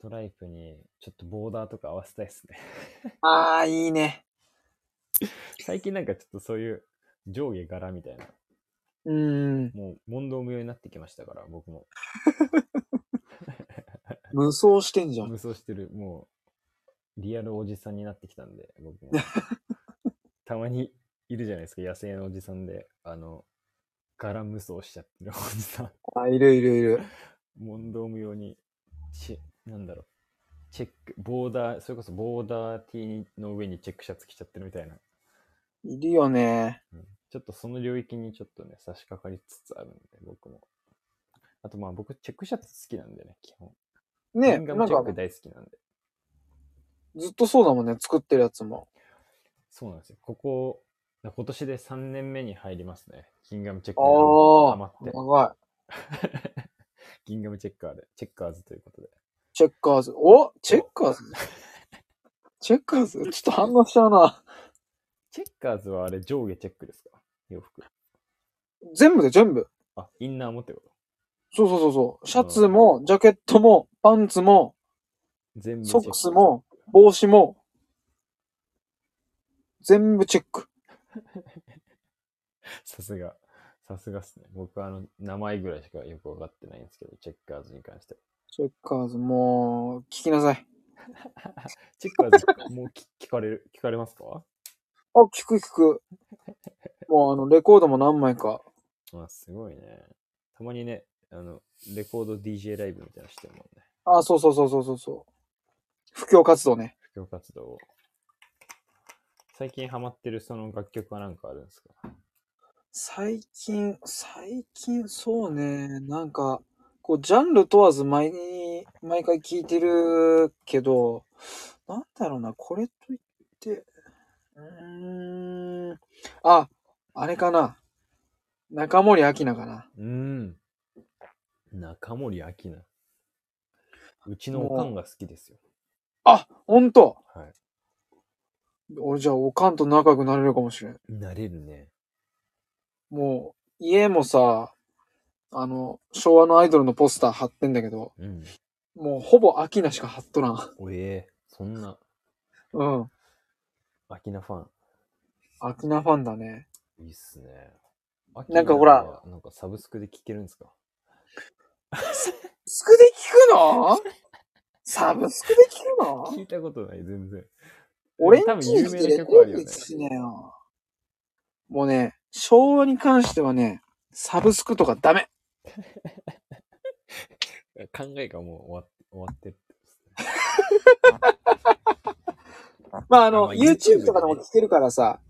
[SPEAKER 1] トライプに、ちょっとボーダーとか合わせたいっすね。
[SPEAKER 2] ああ、いいね。
[SPEAKER 1] 最近なんかちょっとそういう上下柄みたいな、
[SPEAKER 2] うーん。
[SPEAKER 1] もう問答無用になってきましたから、僕も。
[SPEAKER 2] 無双してんじゃん。
[SPEAKER 1] 無双してる、もう、リアルおじさんになってきたんで、僕 も。たまにいるじゃないですか、野生のおじさんで、あの、柄無双しちゃってるおじさん。
[SPEAKER 2] あ、いるいるいる。
[SPEAKER 1] 問答無用に、チェ、なんだろう、チェック、ボーダー、それこそボーダー T の上にチェックシャツ着ちゃってるみたいな。
[SPEAKER 2] いるよね。
[SPEAKER 1] うんちょっとその領域にちょっとね、差し掛かりつつあるんで、僕も。あとまあ僕、チェックシャツ好きなんでね、基本。
[SPEAKER 2] ね
[SPEAKER 1] リンガム
[SPEAKER 2] なん
[SPEAKER 1] チェ
[SPEAKER 2] か
[SPEAKER 1] ック、大好きなんで。
[SPEAKER 2] ずっとそうだもんね、作ってるやつも。
[SPEAKER 1] そうなんですよ。ここ、今年で3年目に入りますね。ギンガムチェッ
[SPEAKER 2] あ
[SPEAKER 1] カーにハマって。
[SPEAKER 2] あ、長い。
[SPEAKER 1] ギンガムチェッカーで、チェッカーズということで。
[SPEAKER 2] チェッカーズ。おチェッカ ーズチェッカーズちょっと反応しちゃうな。
[SPEAKER 1] チェッカーズはあれ上下チェックですか洋服。
[SPEAKER 2] 全部で全部。
[SPEAKER 1] あ、インナーもってこと
[SPEAKER 2] そうそうそうそう。シャツも、ジャケットも、パンツも、
[SPEAKER 1] 全部
[SPEAKER 2] ソックスも、帽子も、全部チェック。
[SPEAKER 1] さすが。さすがっすね。僕はあの、名前ぐらいしかよくわかってないんですけど、チェッカーズに関しては。
[SPEAKER 2] チェッカーズ、もう、聞きなさい。
[SPEAKER 1] チェッカーズ、もうき 聞かれる、聞かれますか
[SPEAKER 2] あ、聞く聞 く。もう、あの、レコードも何枚か。
[SPEAKER 1] あ、すごいね。たまにね、あの、レコード DJ ライブみたいなのしてるもんね。
[SPEAKER 2] あ、そうそうそうそうそうそう。布教活動ね。
[SPEAKER 1] 布教活動を。最近ハマってるその楽曲は何かあるんですか
[SPEAKER 2] 最近、最近、そうね、なんか、こう、ジャンル問わず毎に、毎回聞いてるけど、なんだろうな、これといって、うーん、あ、あれかな。中森明菜かな。
[SPEAKER 1] うーん。中森明菜。うちのおかんが好きですよ。
[SPEAKER 2] あ、ほんと
[SPEAKER 1] はい。
[SPEAKER 2] 俺じゃあ、おかんと仲良くなれるかもしれん。
[SPEAKER 1] なれるね。
[SPEAKER 2] もう、家もさ、あの、昭和のアイドルのポスター貼ってんだけど、
[SPEAKER 1] うん。
[SPEAKER 2] もうほぼ明菜しか貼っとらん。
[SPEAKER 1] おえー、そんな
[SPEAKER 2] うん。
[SPEAKER 1] 明菜ファン。
[SPEAKER 2] アキナファンだね。
[SPEAKER 1] いいっすね。
[SPEAKER 2] なんかほら
[SPEAKER 1] 明菜は。なんかサブスクで聴けるんですか
[SPEAKER 2] サブスクで聞く のサブスクで聞くの
[SPEAKER 1] 聞いたことない、全然。
[SPEAKER 2] 俺ん
[SPEAKER 1] 多分
[SPEAKER 2] ち
[SPEAKER 1] 有
[SPEAKER 2] に
[SPEAKER 1] 名な
[SPEAKER 2] 来てレ
[SPEAKER 1] 曲
[SPEAKER 2] コ
[SPEAKER 1] ある
[SPEAKER 2] ー
[SPEAKER 1] よ
[SPEAKER 2] ド
[SPEAKER 1] ね
[SPEAKER 2] で聞きなよ。もうね、昭和に関してはね、サブスクとかダメ。
[SPEAKER 1] 考えがもう終わっ終わってるってことですね。
[SPEAKER 2] まああの、
[SPEAKER 1] まあ YouTube
[SPEAKER 2] YouTube とかでも聞けるからさ、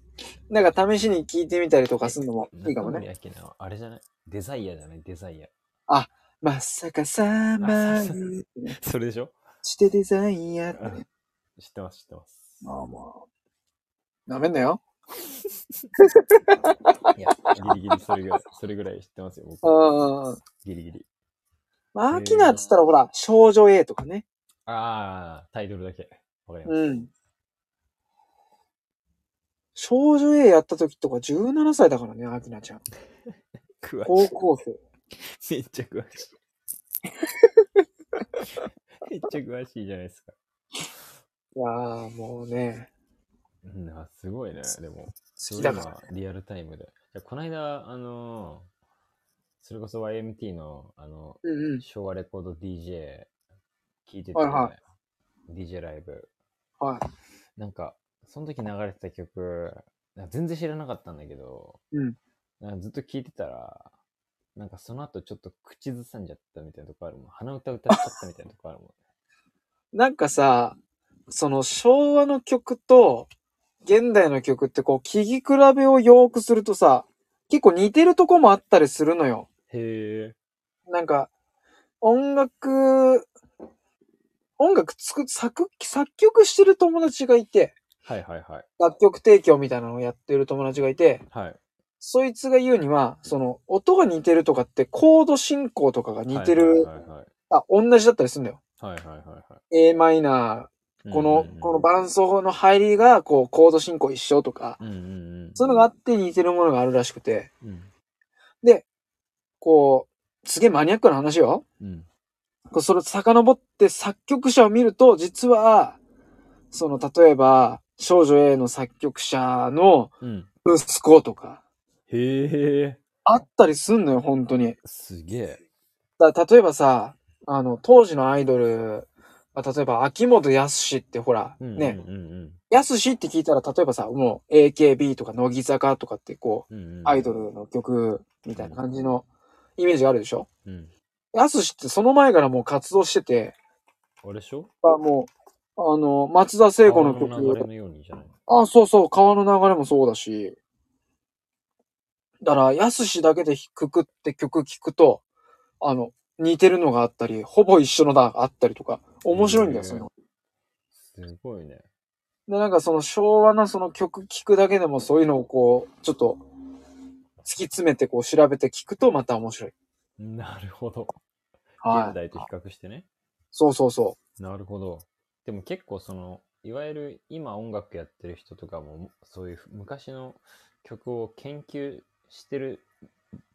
[SPEAKER 2] なんか試しに聞いてみたりとかするのもいいかもね。
[SPEAKER 1] 中森明菜はあれじゃないデザイアじゃないデザイア。
[SPEAKER 2] まさかさまに
[SPEAKER 1] それでしょ
[SPEAKER 2] してデザインやってね。
[SPEAKER 1] 知ってます、知って ます。
[SPEAKER 2] まあまあ。なめんなよ。
[SPEAKER 1] いや、ギリギリそれぐらい、それぐらい知ってますよ、僕。
[SPEAKER 2] うん。
[SPEAKER 1] ギリギリ。
[SPEAKER 2] まあ、アキナっつったらほら、少女 A とかね。
[SPEAKER 1] ああ、タイトルだけ。わかります。
[SPEAKER 2] うん。少女 A やった時とか17歳だからね、アキナちゃん。
[SPEAKER 1] 詳
[SPEAKER 2] 高
[SPEAKER 1] し
[SPEAKER 2] 校生。
[SPEAKER 1] い。めっちゃ詳しい。 めっちゃ詳しいじゃないですか。
[SPEAKER 2] いやー、もうね。
[SPEAKER 1] うん、あすごいね、でも。
[SPEAKER 2] 好きだから。
[SPEAKER 1] ら。リアルタイムで。いやこの間、あのーそれこそ YMT の、あの、
[SPEAKER 2] うんうん。
[SPEAKER 1] 昭和レコード DJ 聞いてて、
[SPEAKER 2] はいは
[SPEAKER 1] DJ ライブ。
[SPEAKER 2] はい。
[SPEAKER 1] なんか、その時流れてた曲、なんか全然知らなかったんだけど、
[SPEAKER 2] うん
[SPEAKER 1] なんかずっと聞いてたら、なんかその後ちょっと口ずさんじゃったみたいなとこあるもん。鼻歌歌っちゃったみたいなとこあ るもん。
[SPEAKER 2] なんかさ、その昭和の曲と現代の曲ってこう、聴き比べをよーくするとさ、結構似てるとこもあったりするのよ。
[SPEAKER 1] へえ。
[SPEAKER 2] なんか、音楽、音楽作、作、作曲してる友達がいて、
[SPEAKER 1] はいはいはい。
[SPEAKER 2] 楽曲提供みたいなのをやってる友達がいて、
[SPEAKER 1] はい。
[SPEAKER 2] そいつが言うには、その、音が似てるとかって、コード進行とかが似てる、
[SPEAKER 1] はいはいはい
[SPEAKER 2] あ、同じだったりするんだよ。
[SPEAKER 1] はい。はいはいはいは
[SPEAKER 2] a マイナ
[SPEAKER 1] い。
[SPEAKER 2] ー、この、
[SPEAKER 1] うんうんうん
[SPEAKER 2] この伴奏の入りが、こう、コード進行一緒とか、
[SPEAKER 1] うんうんうん。
[SPEAKER 2] そういうのがあって似てるものがあるらしくて、
[SPEAKER 1] うん。
[SPEAKER 2] こう、すげえマニアックな話よ。
[SPEAKER 1] うん。
[SPEAKER 2] こうそれを遡って作曲者を見ると、実は、その、例えば、少女 A の作曲者の
[SPEAKER 1] うん。
[SPEAKER 2] 息子とか、
[SPEAKER 1] へえ。
[SPEAKER 2] あったりすんのよ、本当に。
[SPEAKER 1] すげえ。
[SPEAKER 2] だ例えばさ、あの、当時のアイドル、まあ例えば、秋元康ってほら、
[SPEAKER 1] うん
[SPEAKER 2] ね、
[SPEAKER 1] うんうん
[SPEAKER 2] 康って聞いたら、例えばさ、もう AKB とか乃木坂とかってこ
[SPEAKER 1] うん。うんう
[SPEAKER 2] う、
[SPEAKER 1] ん
[SPEAKER 2] アイド。ルの曲みたいな感じのイメージがあるでしょ
[SPEAKER 1] うん。
[SPEAKER 2] 康ってその前からもう活動してて、
[SPEAKER 1] あれでしょ
[SPEAKER 2] あもう、あの、松田聖子の曲、
[SPEAKER 1] 川流れのようにじゃない
[SPEAKER 2] あ、そうそう、川の流れもそうだし、だから、康だけでくくって曲聞くと、あの、似てるのがあったり、ほぼ一緒のだがあったりとか、面白いんだよ、
[SPEAKER 1] へー
[SPEAKER 2] その。
[SPEAKER 1] すごいね。
[SPEAKER 2] で、なんかその昭和のその曲聴くだけでもそういうのをこう、ちょっと、突き詰めてこう調べて聞くとまた面白い。
[SPEAKER 1] なるほど。
[SPEAKER 2] は
[SPEAKER 1] 現
[SPEAKER 2] い。
[SPEAKER 1] 代と比較してね。
[SPEAKER 2] そうそうそ
[SPEAKER 1] なるほど。でも結構その、いわゆる今音楽やってる人とかも、そういう昔の曲を研究してる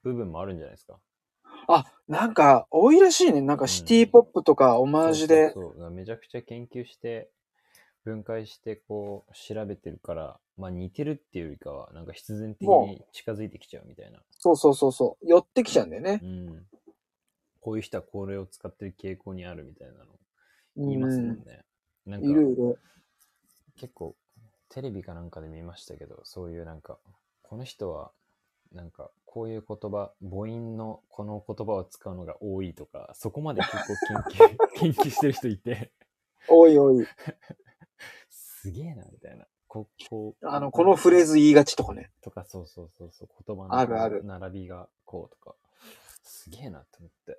[SPEAKER 1] 部分もあるんじゃないですか。
[SPEAKER 2] う。あ、なんか多いらしいね。なんかシティポップとかオマージュで。
[SPEAKER 1] そうそうそうめちゃくちゃ研究して、分解してこう調べてるから、まあ似てるっていうよりかは、なんか必然的
[SPEAKER 2] も
[SPEAKER 1] に近づいてきちゃうみたいな。
[SPEAKER 2] そうそうそうそう。寄ってきちゃうんだよね
[SPEAKER 1] う。ん。こういう人はこれを使ってる傾向にあるみたいなの
[SPEAKER 2] うん
[SPEAKER 1] 言いますもんね。なんか
[SPEAKER 2] いるいる。
[SPEAKER 1] 結構テレビかなんかで見ましたけど、そういうなんか、この人はなんかこういう言葉、母音のこの言葉を使うのが多いとか、そこまで結構研 究研究してる人いて。
[SPEAKER 2] 多い多い。
[SPEAKER 1] すげえな、みたいな。ここう
[SPEAKER 2] あの、このフレーズ言いがちとかね。
[SPEAKER 1] とか、そうそうそうそう、言葉の
[SPEAKER 2] あるある
[SPEAKER 1] 並びがこうとか、すげえなって思って。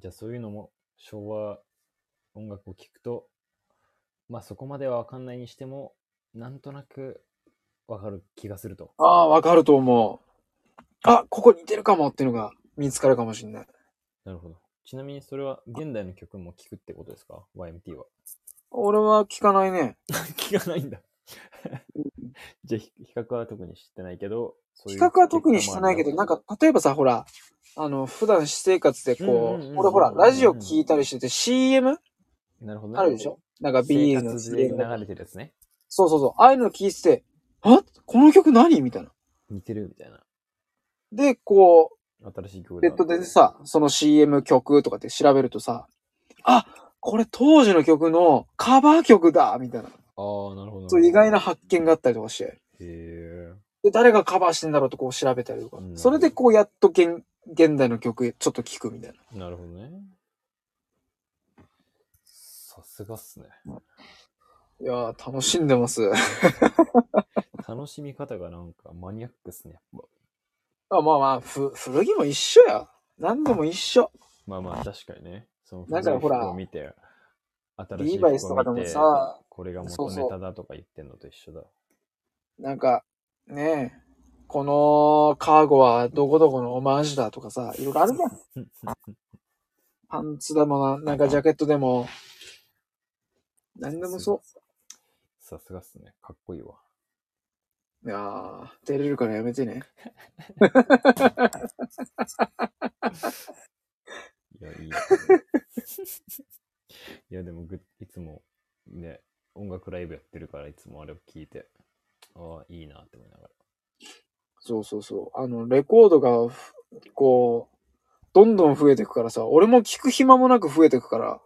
[SPEAKER 1] じゃあそういうのも昭和音楽を聴くと、まあそこまではわかんないにしても、なんとなくわかる気がすると。
[SPEAKER 2] ああ、わかると思う。あ、ここ似てるかもっていうのが見つかるかもしれない。
[SPEAKER 1] なるほど。ちなみにそれは現代の曲も聴くってことですか ?YMT は。
[SPEAKER 2] 俺は聞かないね。
[SPEAKER 1] 聞かないんだ。じゃあ比比較は特に知ってないけど、そうい
[SPEAKER 2] 比
[SPEAKER 1] う
[SPEAKER 2] 較は特にしてないけど、
[SPEAKER 1] 結
[SPEAKER 2] な
[SPEAKER 1] 果
[SPEAKER 2] ん
[SPEAKER 1] もある
[SPEAKER 2] か、例えばさ、ほら、あの、普段私生活でこ
[SPEAKER 1] うんうんうんうんうんう
[SPEAKER 2] う、
[SPEAKER 1] ん
[SPEAKER 2] 俺ほら、ラジオ聞いたりしてて CM
[SPEAKER 1] なるほどね。
[SPEAKER 2] あるでしょなんかビールの
[SPEAKER 1] 生活で
[SPEAKER 2] CM
[SPEAKER 1] 流。れてるやつね。
[SPEAKER 2] そうそうそう。ああいうの聞いてて、あこの曲何みたいな。
[SPEAKER 1] 似てるみたいな。
[SPEAKER 2] で、こう、
[SPEAKER 1] 新しい曲
[SPEAKER 2] ネットでさ、その CM 曲とかって調べるとさ、あこれ当時の曲のカバー曲だみたい
[SPEAKER 1] あ
[SPEAKER 2] な。
[SPEAKER 1] あ、なるほど。
[SPEAKER 2] そう意外な発見があったりとかして。
[SPEAKER 1] へえ。
[SPEAKER 2] で、誰がカバーしてんだろうとこう調べたりとか
[SPEAKER 1] う。ん
[SPEAKER 2] それでこうやっと現現代の曲ちょっと聞くみたいな。
[SPEAKER 1] なるほどね。さすがっすね。
[SPEAKER 2] いやー、楽しんで ます。
[SPEAKER 1] 楽しみ方がなんかマニアックっすね。やっぱ
[SPEAKER 2] あまあまあ、ふ、古着も一緒や。何でも一緒。
[SPEAKER 1] まあまあ、確かにね。その
[SPEAKER 2] だからほら
[SPEAKER 1] 古い服を見て、新し
[SPEAKER 2] リ
[SPEAKER 1] い
[SPEAKER 2] ー
[SPEAKER 1] 服を
[SPEAKER 2] バ
[SPEAKER 1] 見
[SPEAKER 2] イ
[SPEAKER 1] て
[SPEAKER 2] スとかでもさ、
[SPEAKER 1] これが
[SPEAKER 2] そう
[SPEAKER 1] 元
[SPEAKER 2] そう
[SPEAKER 1] ネタだとか言ってんのと一緒だ。
[SPEAKER 2] なんか、ねえ、このカーゴはどこどこのオマージュだとかさ、いろいろあるじゃん。 パンツでもな、なんかジャケットでも、何でもそ
[SPEAKER 1] さすがっすね。かっこいいわ。
[SPEAKER 2] う。いやー、照れるからやめてね。
[SPEAKER 1] いや、い い、ね。いや、でもぐ、いつもね、音楽ライブやってるから、いつもあれを聞いて、ああ、いいなって思いながら。
[SPEAKER 2] そうそうそう。あの、レコードがふ、こう、どんどん増えてくからさ、俺も聞く暇もなく増えてくから、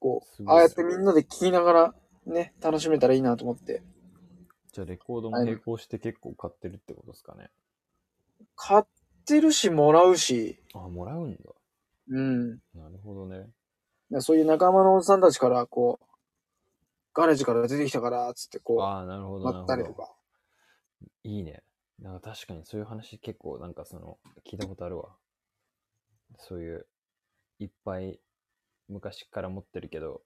[SPEAKER 2] こ
[SPEAKER 1] す
[SPEAKER 2] う、
[SPEAKER 1] ごい
[SPEAKER 2] ああやってみんなで聞きながら、ね、楽しめたらいいなと思って。
[SPEAKER 1] じゃあ、レコードも
[SPEAKER 2] はい
[SPEAKER 1] 並行して結構買ってるってことですかね。
[SPEAKER 2] 買ってるし、もらうし、
[SPEAKER 1] ああ、もらうんだ。
[SPEAKER 2] うん。
[SPEAKER 1] なるほどね。
[SPEAKER 2] そういう仲間のおっさんたちから、こう、ガレージから出てきたから、つってこ
[SPEAKER 1] ああ、なるほ
[SPEAKER 2] う、
[SPEAKER 1] ど、
[SPEAKER 2] 待
[SPEAKER 1] な
[SPEAKER 2] った
[SPEAKER 1] る
[SPEAKER 2] り
[SPEAKER 1] ほ
[SPEAKER 2] と
[SPEAKER 1] ど。
[SPEAKER 2] か。
[SPEAKER 1] いいね。なんか確かにそういう話結構、なんかその、聞いたことあるわ。そういう、いっぱい昔から持ってるけど、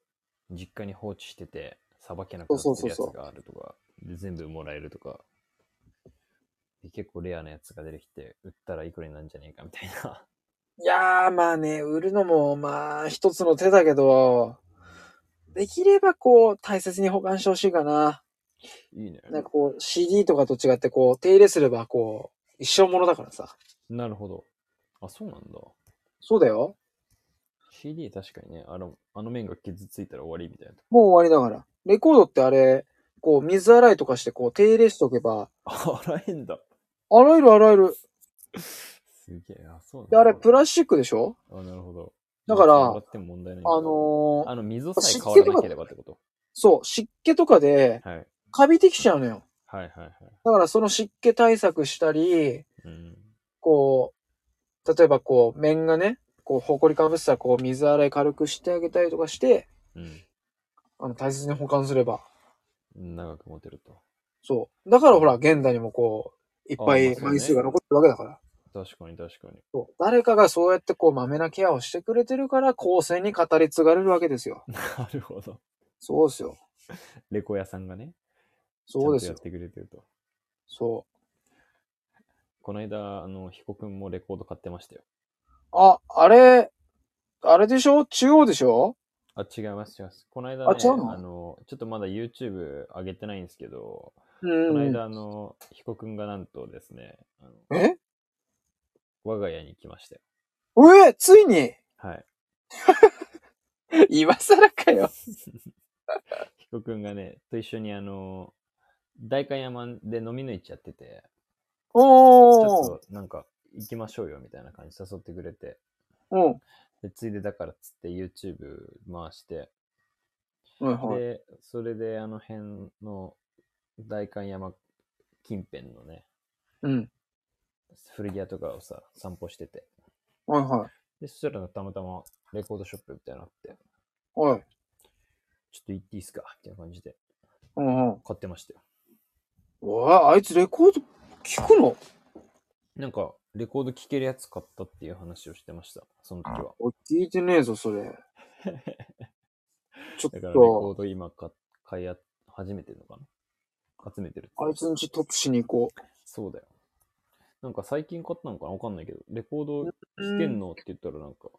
[SPEAKER 1] 実家に放置してて、さばけなくな
[SPEAKER 2] そう
[SPEAKER 1] って
[SPEAKER 2] そう
[SPEAKER 1] るや
[SPEAKER 2] そう
[SPEAKER 1] つ
[SPEAKER 2] そう
[SPEAKER 1] があるとか、で全部もらえるとか、で結構レアなやつが出てきて、売ったらいくらになるんじゃねえかみたいな。
[SPEAKER 2] いやー、まあね、売るのも、まあ、一つの手だけど、できればこう、大切に保管してほしいかな。
[SPEAKER 1] いいね。
[SPEAKER 2] なんかこう、CD とかと違って、こう、手入れすれば、こう、一生ものだからさ。
[SPEAKER 1] なるほど。あ、そうなんだ。
[SPEAKER 2] そうだよ。
[SPEAKER 1] CD 確かにね、あの、あの面が傷ついたら終わりみたいな。
[SPEAKER 2] もう終わりだから。レコードってあれ、こう、水洗いとかして、こう、手入れしとけば、
[SPEAKER 1] あらへんだ。
[SPEAKER 2] あらゆるあらゆる。
[SPEAKER 1] すげえ、あ、そうなん
[SPEAKER 2] で、
[SPEAKER 1] だ。
[SPEAKER 2] あれ、プラスチックでしょ
[SPEAKER 1] あ、なるほど。
[SPEAKER 2] だから
[SPEAKER 1] 洗っても問題ないんだ
[SPEAKER 2] あのー、
[SPEAKER 1] あの、溝さえ
[SPEAKER 2] 湿
[SPEAKER 1] 変わ
[SPEAKER 2] 気とから
[SPEAKER 1] なければってこと。
[SPEAKER 2] そう、湿気とかで、
[SPEAKER 1] はい。
[SPEAKER 2] カビてきちゃうのよ。
[SPEAKER 1] はいはいはい。
[SPEAKER 2] だからその湿気対策したり、
[SPEAKER 1] うん。
[SPEAKER 2] こう、例えばこう、面がね、こう、埃かぶってたら、こう、水洗い軽くしてあげたりとかして、
[SPEAKER 1] うん。
[SPEAKER 2] あの、大切に保管すれば。
[SPEAKER 1] 長く持てると。
[SPEAKER 2] そう。だからほら、現代にもこう、いっぱい
[SPEAKER 1] あまあそうね
[SPEAKER 2] 枚数が残ってるわけだから。
[SPEAKER 1] 確かに確かに。
[SPEAKER 2] そう誰かがそうやってこう、まめなケアをしてくれてるから、後世に語り継がれるわけですよ。
[SPEAKER 1] なるほど。
[SPEAKER 2] そうですよ。
[SPEAKER 1] レコ屋さんがね、
[SPEAKER 2] そうです
[SPEAKER 1] ちゃん
[SPEAKER 2] よ
[SPEAKER 1] と。やってくれてると。
[SPEAKER 2] そ
[SPEAKER 1] この間、あの、彦くんもレコード買ってましたよ。
[SPEAKER 2] う。あ、あれ、あれでしょ中央でしょ
[SPEAKER 1] あ、違います、違います。この間、
[SPEAKER 2] あ
[SPEAKER 1] ね、
[SPEAKER 2] 違うの
[SPEAKER 1] の、ちょっとまだ YouTube 上げてないんですけど、この
[SPEAKER 2] うん。
[SPEAKER 1] 間、あの、彦くんがなんとですね、あの
[SPEAKER 2] え
[SPEAKER 1] 我が家に来ましたよ。
[SPEAKER 2] うえついに
[SPEAKER 1] はい。
[SPEAKER 2] 今更かよ。
[SPEAKER 1] 彦くんがね、と一緒にあの、代官山で飲み抜いちゃってて、ち
[SPEAKER 2] おー
[SPEAKER 1] ょっとなんか行きましょうよみたいな感じ誘ってくれて、
[SPEAKER 2] うん。はい
[SPEAKER 1] で、ついでだからっつって YouTube 回して、
[SPEAKER 2] はい。
[SPEAKER 1] で、それであの辺の代官山近辺のね、
[SPEAKER 2] うん。
[SPEAKER 1] 古着屋とかをさ、散歩してて。
[SPEAKER 2] はいはい。
[SPEAKER 1] で、そしたらたまたまレコードショップみたいなのあって、
[SPEAKER 2] はい。
[SPEAKER 1] ちょっと行っていいっすかみたいな感じで
[SPEAKER 2] うんうん。
[SPEAKER 1] 買ってましたよ。
[SPEAKER 2] おい、あいつレコード聞くの
[SPEAKER 1] なんか、レコード聴けるやつ買ったっていう話をしてました、その時は。
[SPEAKER 2] 俺聞いてねえぞ、それ。ちょ
[SPEAKER 1] だ
[SPEAKER 2] っ
[SPEAKER 1] からレコ
[SPEAKER 2] と、
[SPEAKER 1] ード今か買いあ始めてるのかな集めてるって
[SPEAKER 2] あいつんちトップしに行こ
[SPEAKER 1] そうだよ。なんか最近買ったのかなわかんないけど、レコード弾けんのって言ったらなんか、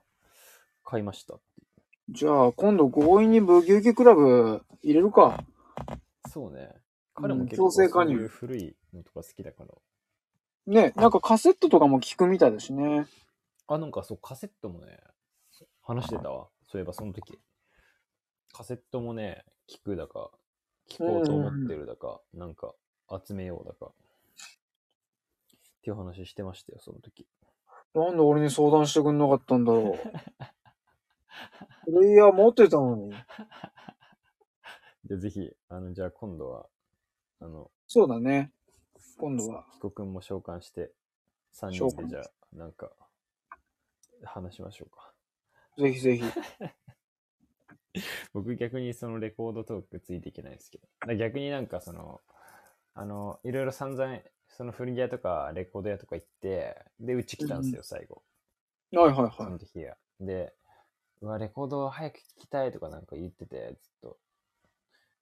[SPEAKER 1] 買いましたって。
[SPEAKER 2] う。じゃあ、今度強引にブギウギクラブ入れるか。
[SPEAKER 1] そうね。
[SPEAKER 2] うん
[SPEAKER 1] 彼も結構
[SPEAKER 2] 強制
[SPEAKER 1] そ
[SPEAKER 2] 加
[SPEAKER 1] う
[SPEAKER 2] 入
[SPEAKER 1] いう古いのとか好きだから。
[SPEAKER 2] ね、なんかカセットとかも聞くみたいだしね。
[SPEAKER 1] あ、なんかそう、カセットもね、話してたわ。そういえばその時。カセットもね、聞くだか、聞こうと思ってるだか、なんか集めようだか。っていう話してましたよ、その時。
[SPEAKER 2] なんで俺に相談してくんなかったんだろう。プレイヤー持ってたのに。
[SPEAKER 1] で、ぜひ、あの、じゃあ今度は、あの、
[SPEAKER 2] そうだね。今度は。
[SPEAKER 1] 彦君も召喚して、3
[SPEAKER 2] 召
[SPEAKER 1] 人で
[SPEAKER 2] 喚
[SPEAKER 1] じゃあ、なんか、話しましょうか。
[SPEAKER 2] ぜひぜひ。
[SPEAKER 1] 僕逆にそのレコードトークついていけないですけど。だから逆になんかその、あの、いろいろ散々、その古着屋とかレコード屋とか行って、で、うち来たんですよ、最後。
[SPEAKER 2] はいはい
[SPEAKER 1] そ
[SPEAKER 2] は
[SPEAKER 1] の時は。で、うわ、レコード早く聞きたいとかなんか言ってて、ずっと。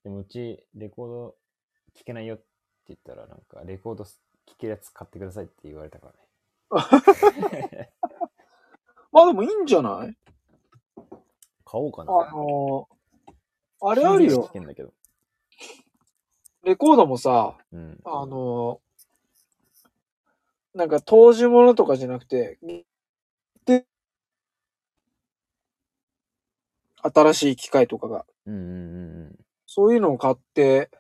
[SPEAKER 1] でもうち、レコード聞けないよって言ったら、なんか、レコード聞けるやつ買ってくださいって言われたからね。
[SPEAKER 2] い。まあでもいいんじゃない
[SPEAKER 1] 買おうかな。
[SPEAKER 2] あのーあれあるよ
[SPEAKER 1] 聞。けんだけど。
[SPEAKER 2] レコードもさ、
[SPEAKER 1] うん。
[SPEAKER 2] あのーなんか当時ものとかじゃなくて、で、新しい機械とかが、
[SPEAKER 1] うんうんうんうん。
[SPEAKER 2] そういうのを買って、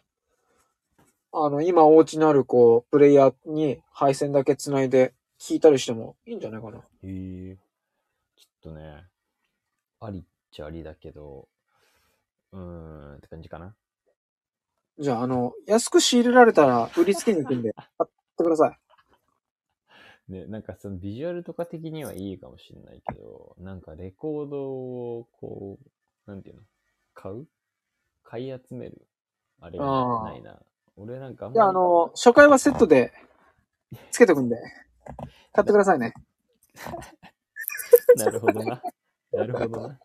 [SPEAKER 2] あの、今お家にあるこう、プレイヤーに配線だけ繋いで聞いたりしてもいいんじゃないかな。
[SPEAKER 1] へえ。ちょっとね、ありっちゃありだけど、うーんって感じかな。
[SPEAKER 2] じゃあ、あの、安く仕入れられたら売りつけに行くんで、買ってください。
[SPEAKER 1] で、なんかそのビジュアルとか的にはいいかもしれないけど、なんかレコードをこう、なんていうの買う買い集めるあれが
[SPEAKER 2] あー
[SPEAKER 1] ないな。俺なんかあん
[SPEAKER 2] じゃあ、
[SPEAKER 1] ま
[SPEAKER 2] あの、初回はセットでつけてくんで、買ってくださいね。
[SPEAKER 1] り、 なるほど な。なるほどな。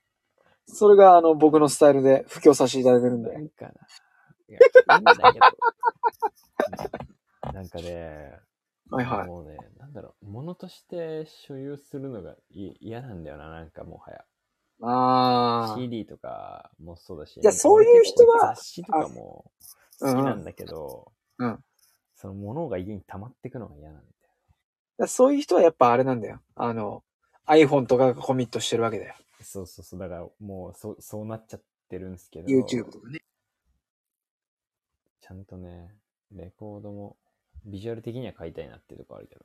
[SPEAKER 2] それが、あの、僕のスタイルで布教させていただいてるん
[SPEAKER 1] な
[SPEAKER 2] で。
[SPEAKER 1] んかな。いや、いいんだけど。なんかね、
[SPEAKER 2] はいはい。
[SPEAKER 1] もうね、なんだろう、物として所有するのがい嫌なんだよな、なんかもはや。
[SPEAKER 2] あー
[SPEAKER 1] CD とかもそうだし。
[SPEAKER 2] いやそういう人は
[SPEAKER 1] 俺結構雑誌とかも好きなんだけど、
[SPEAKER 2] うんうん
[SPEAKER 1] その物が家に溜まってくのが嫌なんだよ。
[SPEAKER 2] だそういう人はやっぱあれなんだよ。あの、iPhone とかがコミットしてるわけだよ。
[SPEAKER 1] そうそうそう、だからもうそそうなっちゃってるんですけど、
[SPEAKER 2] YouTube とかね。
[SPEAKER 1] ちゃんとね、レコードもビジュアル的には買いたいなっていうとこあるけど。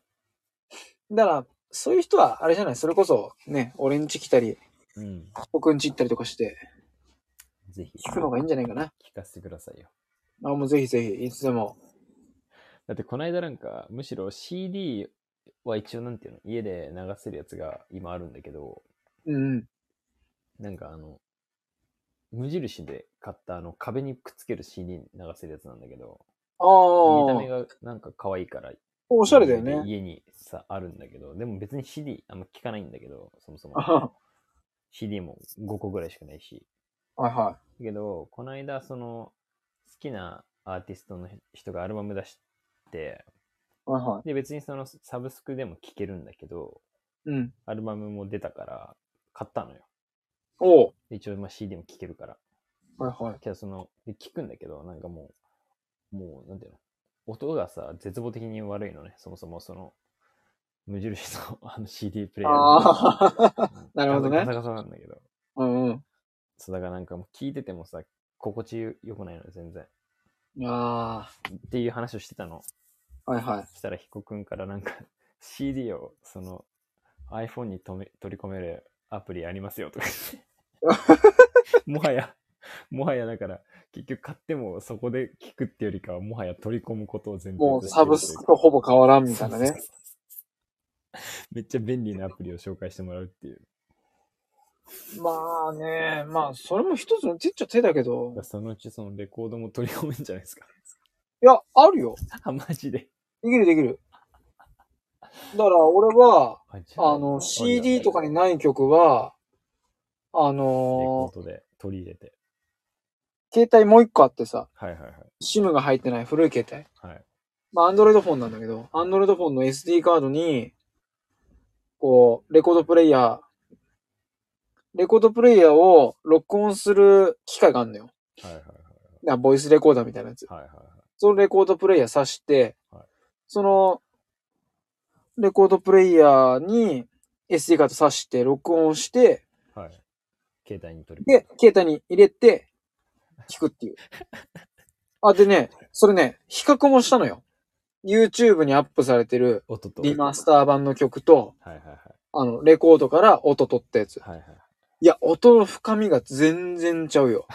[SPEAKER 2] だから、そういう人は、あれじゃない、それこそ、ね、俺ん家来たり、
[SPEAKER 1] うん、
[SPEAKER 2] 僕ん家行ったりとかして、
[SPEAKER 1] ぜひ
[SPEAKER 2] 聞くのがいいんじゃないかな。
[SPEAKER 1] 聞かせてくださいよ。
[SPEAKER 2] あもうぜひぜひ、いつでも。
[SPEAKER 1] だってこの間なんかむしろ CD は一応なんていうの家で流せるやつが今あるんだけど
[SPEAKER 2] うんうん。
[SPEAKER 1] なんかあの無印で買ったあの壁にくっつける CD 流せるやつなんだけど
[SPEAKER 2] あ
[SPEAKER 1] 見
[SPEAKER 2] あ。
[SPEAKER 1] た目がなんか可愛いから
[SPEAKER 2] おしゃれだよね。
[SPEAKER 1] 家にさ、あるんだけど、でも別に CD あんま聞かないんだけど、そもそも
[SPEAKER 2] あ。 は
[SPEAKER 1] CD も5個ぐらいしかないし。
[SPEAKER 2] はいは
[SPEAKER 1] だけど、この間、その、好きなアーティストの人がアルバム出して、
[SPEAKER 2] い。はいは
[SPEAKER 1] で、別にそのサブスクでも聴けるんだけど、
[SPEAKER 2] い。うん。
[SPEAKER 1] アルバムも出たから、買ったのよ。
[SPEAKER 2] おう。
[SPEAKER 1] で一応、まあ CD も聴けるから。
[SPEAKER 2] はいはい。
[SPEAKER 1] けど、その、で聞くんだけど、なんかもう、もう、なんていうの、音がさ、絶望的に悪いのね、そもそも、その、無印のあの CD プレイヤーの
[SPEAKER 2] ああ、
[SPEAKER 1] うん
[SPEAKER 2] なるほどね
[SPEAKER 1] ガサガサなんだけど。
[SPEAKER 2] うんうん。
[SPEAKER 1] そう、だからなんかもう聞いててもさ、心地よくないのよ、全然。
[SPEAKER 2] あ
[SPEAKER 1] っていう話をしてたの。
[SPEAKER 2] あ、はいはい。
[SPEAKER 1] そしたら、彦くんからなんか CD を、その、iPhone にとめ取り込めるアプリありますよとか言っ てもはや、もはやだから、結局買ってもそこで聞くっていうよりかは、もはや取り込むことを前提
[SPEAKER 2] も
[SPEAKER 1] とし
[SPEAKER 2] う
[SPEAKER 1] て
[SPEAKER 2] サブスクとほぼ変わらんみたいな
[SPEAKER 1] そう
[SPEAKER 2] ね
[SPEAKER 1] そう。そうめっちゃ便利なアプリを紹介してもらうっていう。
[SPEAKER 2] まあね、まあそれも一つの手っちゃ手だけ
[SPEAKER 1] だ
[SPEAKER 2] ど
[SPEAKER 1] から。そのうちそのレコードも取り込めんじゃないですか。
[SPEAKER 2] いや、あるよ。
[SPEAKER 1] あ、マジで。
[SPEAKER 2] できるできる。だから俺は、
[SPEAKER 1] あじゃ
[SPEAKER 2] あの、CD とかに
[SPEAKER 1] い。
[SPEAKER 2] ない曲は、
[SPEAKER 1] レコ
[SPEAKER 2] あの
[SPEAKER 1] ードで取り入れて。
[SPEAKER 2] 携帯もう一個あってさ、
[SPEAKER 1] はいはいはい。
[SPEAKER 2] SIM が入ってない古い携帯。
[SPEAKER 1] はい。
[SPEAKER 2] まあ、アンドロイドフォンなんだけど、アンドロイドフォンの SD カードに、こう、レコードプレイヤー、レコードプレイヤーを録音する機械があるのよ。だか
[SPEAKER 1] はいはいはい。
[SPEAKER 2] らボイスレコーダーみたいなやつ。
[SPEAKER 1] はいはいはい。
[SPEAKER 2] そのレコードプレイヤー挿して
[SPEAKER 1] はい、
[SPEAKER 2] その、レコードプレイヤーに SD カード挿して録音して、
[SPEAKER 1] はい。携帯に取り込む
[SPEAKER 2] で、携帯に入れて、聞くっ ていう。あ、でね、それね、比較もしたのよ。YouTube にアップされてる、
[SPEAKER 1] 音と。
[SPEAKER 2] リマスター版の曲と、
[SPEAKER 1] はいはいはい。
[SPEAKER 2] あの、レコードから音取ったやつ。
[SPEAKER 1] はいはい。
[SPEAKER 2] いや、音の深みが全然ち ゃうよ。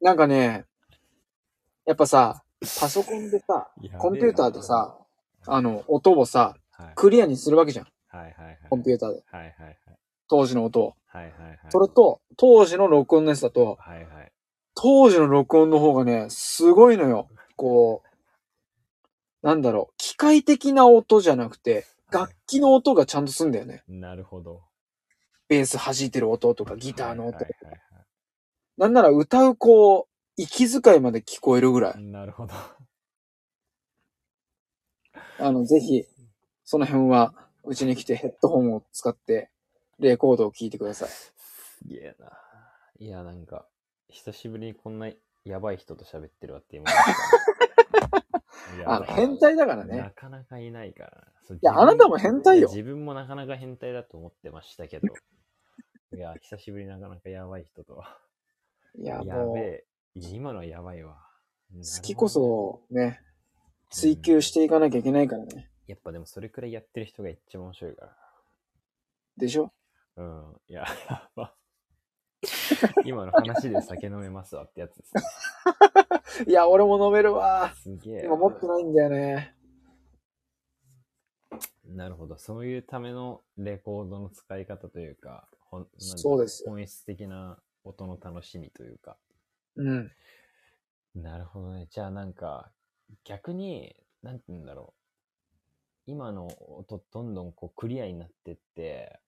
[SPEAKER 2] なんかね、やっぱさ、パソコンでさ、
[SPEAKER 1] やべえな
[SPEAKER 2] コンピューターでさ、あの、音をさ、
[SPEAKER 1] はい
[SPEAKER 2] クリアにするわけじゃん。
[SPEAKER 1] はいはいはい。
[SPEAKER 2] コンピューターで。
[SPEAKER 1] はいはいはい。
[SPEAKER 2] 当時の音を。
[SPEAKER 1] はいはいはい。
[SPEAKER 2] それと、当時の録音のやつだと、
[SPEAKER 1] はいはい。
[SPEAKER 2] 当時の録音の方がね、すごいのよ。こう、なんだろう、機械的な音じゃなくて、楽器の音がちゃんとすんだよね。
[SPEAKER 1] なるほど。
[SPEAKER 2] ベース弾いてる音とかギターの音と
[SPEAKER 1] はい
[SPEAKER 2] か。
[SPEAKER 1] はいはい
[SPEAKER 2] なんなら歌うこう、息遣いまで聞こえるぐら
[SPEAKER 1] はい
[SPEAKER 2] い。
[SPEAKER 1] なるほど。
[SPEAKER 2] あの、ぜひ、その辺は、うちに来てヘッドホンを使って、レコードを聞いてください。
[SPEAKER 1] すげえな。いや、なんか、久しぶりにこんなやばい人と喋ってるわって今思った ねいや
[SPEAKER 2] あの、変態だから
[SPEAKER 1] な
[SPEAKER 2] ね。
[SPEAKER 1] かなかいないからな。そうい
[SPEAKER 2] やあなたも変態よ
[SPEAKER 1] 自分もなかなか変態だと思ってましたけど。いや、久しぶりになかなかやばい人とは。
[SPEAKER 2] いや、
[SPEAKER 1] や
[SPEAKER 2] も
[SPEAKER 1] べ
[SPEAKER 2] う、
[SPEAKER 1] え。いや今のはやばいわ。
[SPEAKER 2] 好きこそね、追求していかなきゃいけないからね。
[SPEAKER 1] やっぱでもそれくらいやってる人が一番面白いか
[SPEAKER 2] でしょ
[SPEAKER 1] ら。うん。いや、やば。 今の話で酒飲めますわってやつですね。
[SPEAKER 2] いや、俺も飲めるわ。
[SPEAKER 1] すげえ
[SPEAKER 2] 今。持ってないんだよね。
[SPEAKER 1] なるほど。そういうためのレコードの使い方というか、ほんなんだろ
[SPEAKER 2] そうですよ
[SPEAKER 1] 本質的な音の楽しみというか。
[SPEAKER 2] うん。
[SPEAKER 1] なるほどね。じゃあなんか、逆に、なんて言うんだろう。今の音、どんどんこうクリアになってって、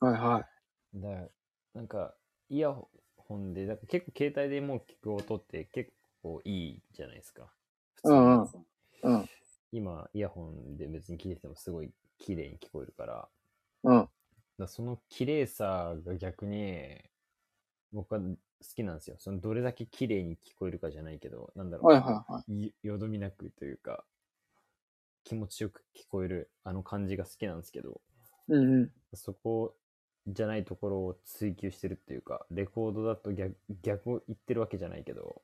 [SPEAKER 2] はいは
[SPEAKER 1] だからなんか、イヤホンで、だから結構携帯でもう聞く音って結構いいじゃないですか。普通に
[SPEAKER 2] うんい。うん。
[SPEAKER 1] 今、イヤホンで別に聞いててもすごい綺麗に聞こえるから、だか
[SPEAKER 2] うん。
[SPEAKER 1] らその綺麗さが逆に、僕は好きなんですよ。そのどれだけ綺麗に聞こえるかじゃないけど、なんだろう。
[SPEAKER 2] はいはいはい。
[SPEAKER 1] いよどみなくというか、気持ちよく聞こえるあの感じが好きなんですけど、
[SPEAKER 2] うんうん。
[SPEAKER 1] そこじゃないところを追求してるっていうか、レコードだと逆逆を言ってるわけじゃないけど、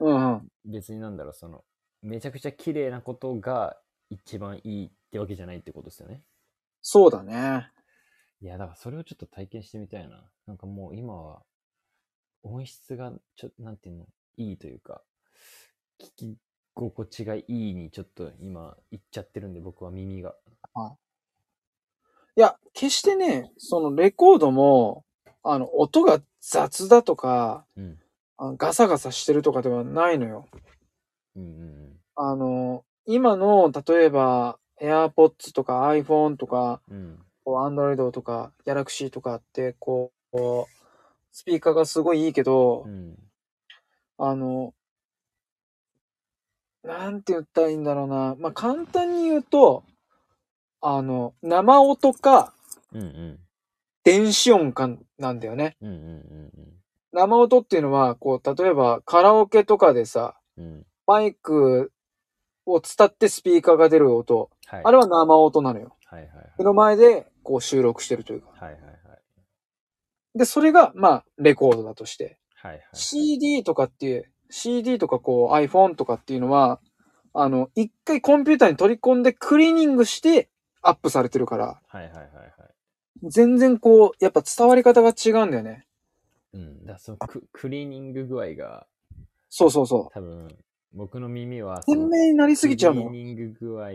[SPEAKER 2] うんうん。
[SPEAKER 1] 別になんだろう、その、めちゃくちゃ綺麗なことが一番いいってわけじゃないってことですよね。
[SPEAKER 2] そうだね。
[SPEAKER 1] いや、だからそれをちょっと体験してみたいな。なんかもう今は、音質が、ちょっと、なんていうの、いいというか、聞き心地がいいにちょっと今、いっちゃってるんで、僕は耳が。
[SPEAKER 2] いや、決してね、そのレコードも、あの、音が雑だとか、
[SPEAKER 1] うん。
[SPEAKER 2] あのガサガサしてるとかではないのよ。
[SPEAKER 1] うんうんうん。
[SPEAKER 2] あの、今の、例えば、AirPods とか iPhone とか、
[SPEAKER 1] うん。
[SPEAKER 2] こう Android とか Galaxy とかって、こう、こうスピーカーがすごいいいけど、
[SPEAKER 1] うん。
[SPEAKER 2] あの、なんて言ったらいいんだろうな。まあ、簡単に言うと、あの、生音か
[SPEAKER 1] うんうん。
[SPEAKER 2] 電子音かなんだよね。
[SPEAKER 1] うんうんうん
[SPEAKER 2] 生音っていうのは、こう、例えばカラオケとかでさ、
[SPEAKER 1] うん。うん。
[SPEAKER 2] マイクを伝ってスピーカーが出る音。
[SPEAKER 1] はい。
[SPEAKER 2] あれは生音なのよ。
[SPEAKER 1] はいはいはい。
[SPEAKER 2] 目の前でこう収録してるというか。
[SPEAKER 1] はいはいはい。
[SPEAKER 2] で、それが、まあ、レコードだとして。
[SPEAKER 1] はいはい。
[SPEAKER 2] CD とかっていう、CD とかこう iPhone とかっていうのは、あの、一回コンピューターに取り込んでクリーニングしてアップされてるから、
[SPEAKER 1] はいはいはいはい。
[SPEAKER 2] 全然こう、やっぱ伝わり方が違うんだよね。
[SPEAKER 1] うん。だからそのククリーニング具合が、
[SPEAKER 2] そうそうそ
[SPEAKER 1] 多分、僕の耳は、
[SPEAKER 2] う。
[SPEAKER 1] その
[SPEAKER 2] 鮮明になりすぎちゃうの
[SPEAKER 1] ク
[SPEAKER 2] よ。
[SPEAKER 1] リーニング具合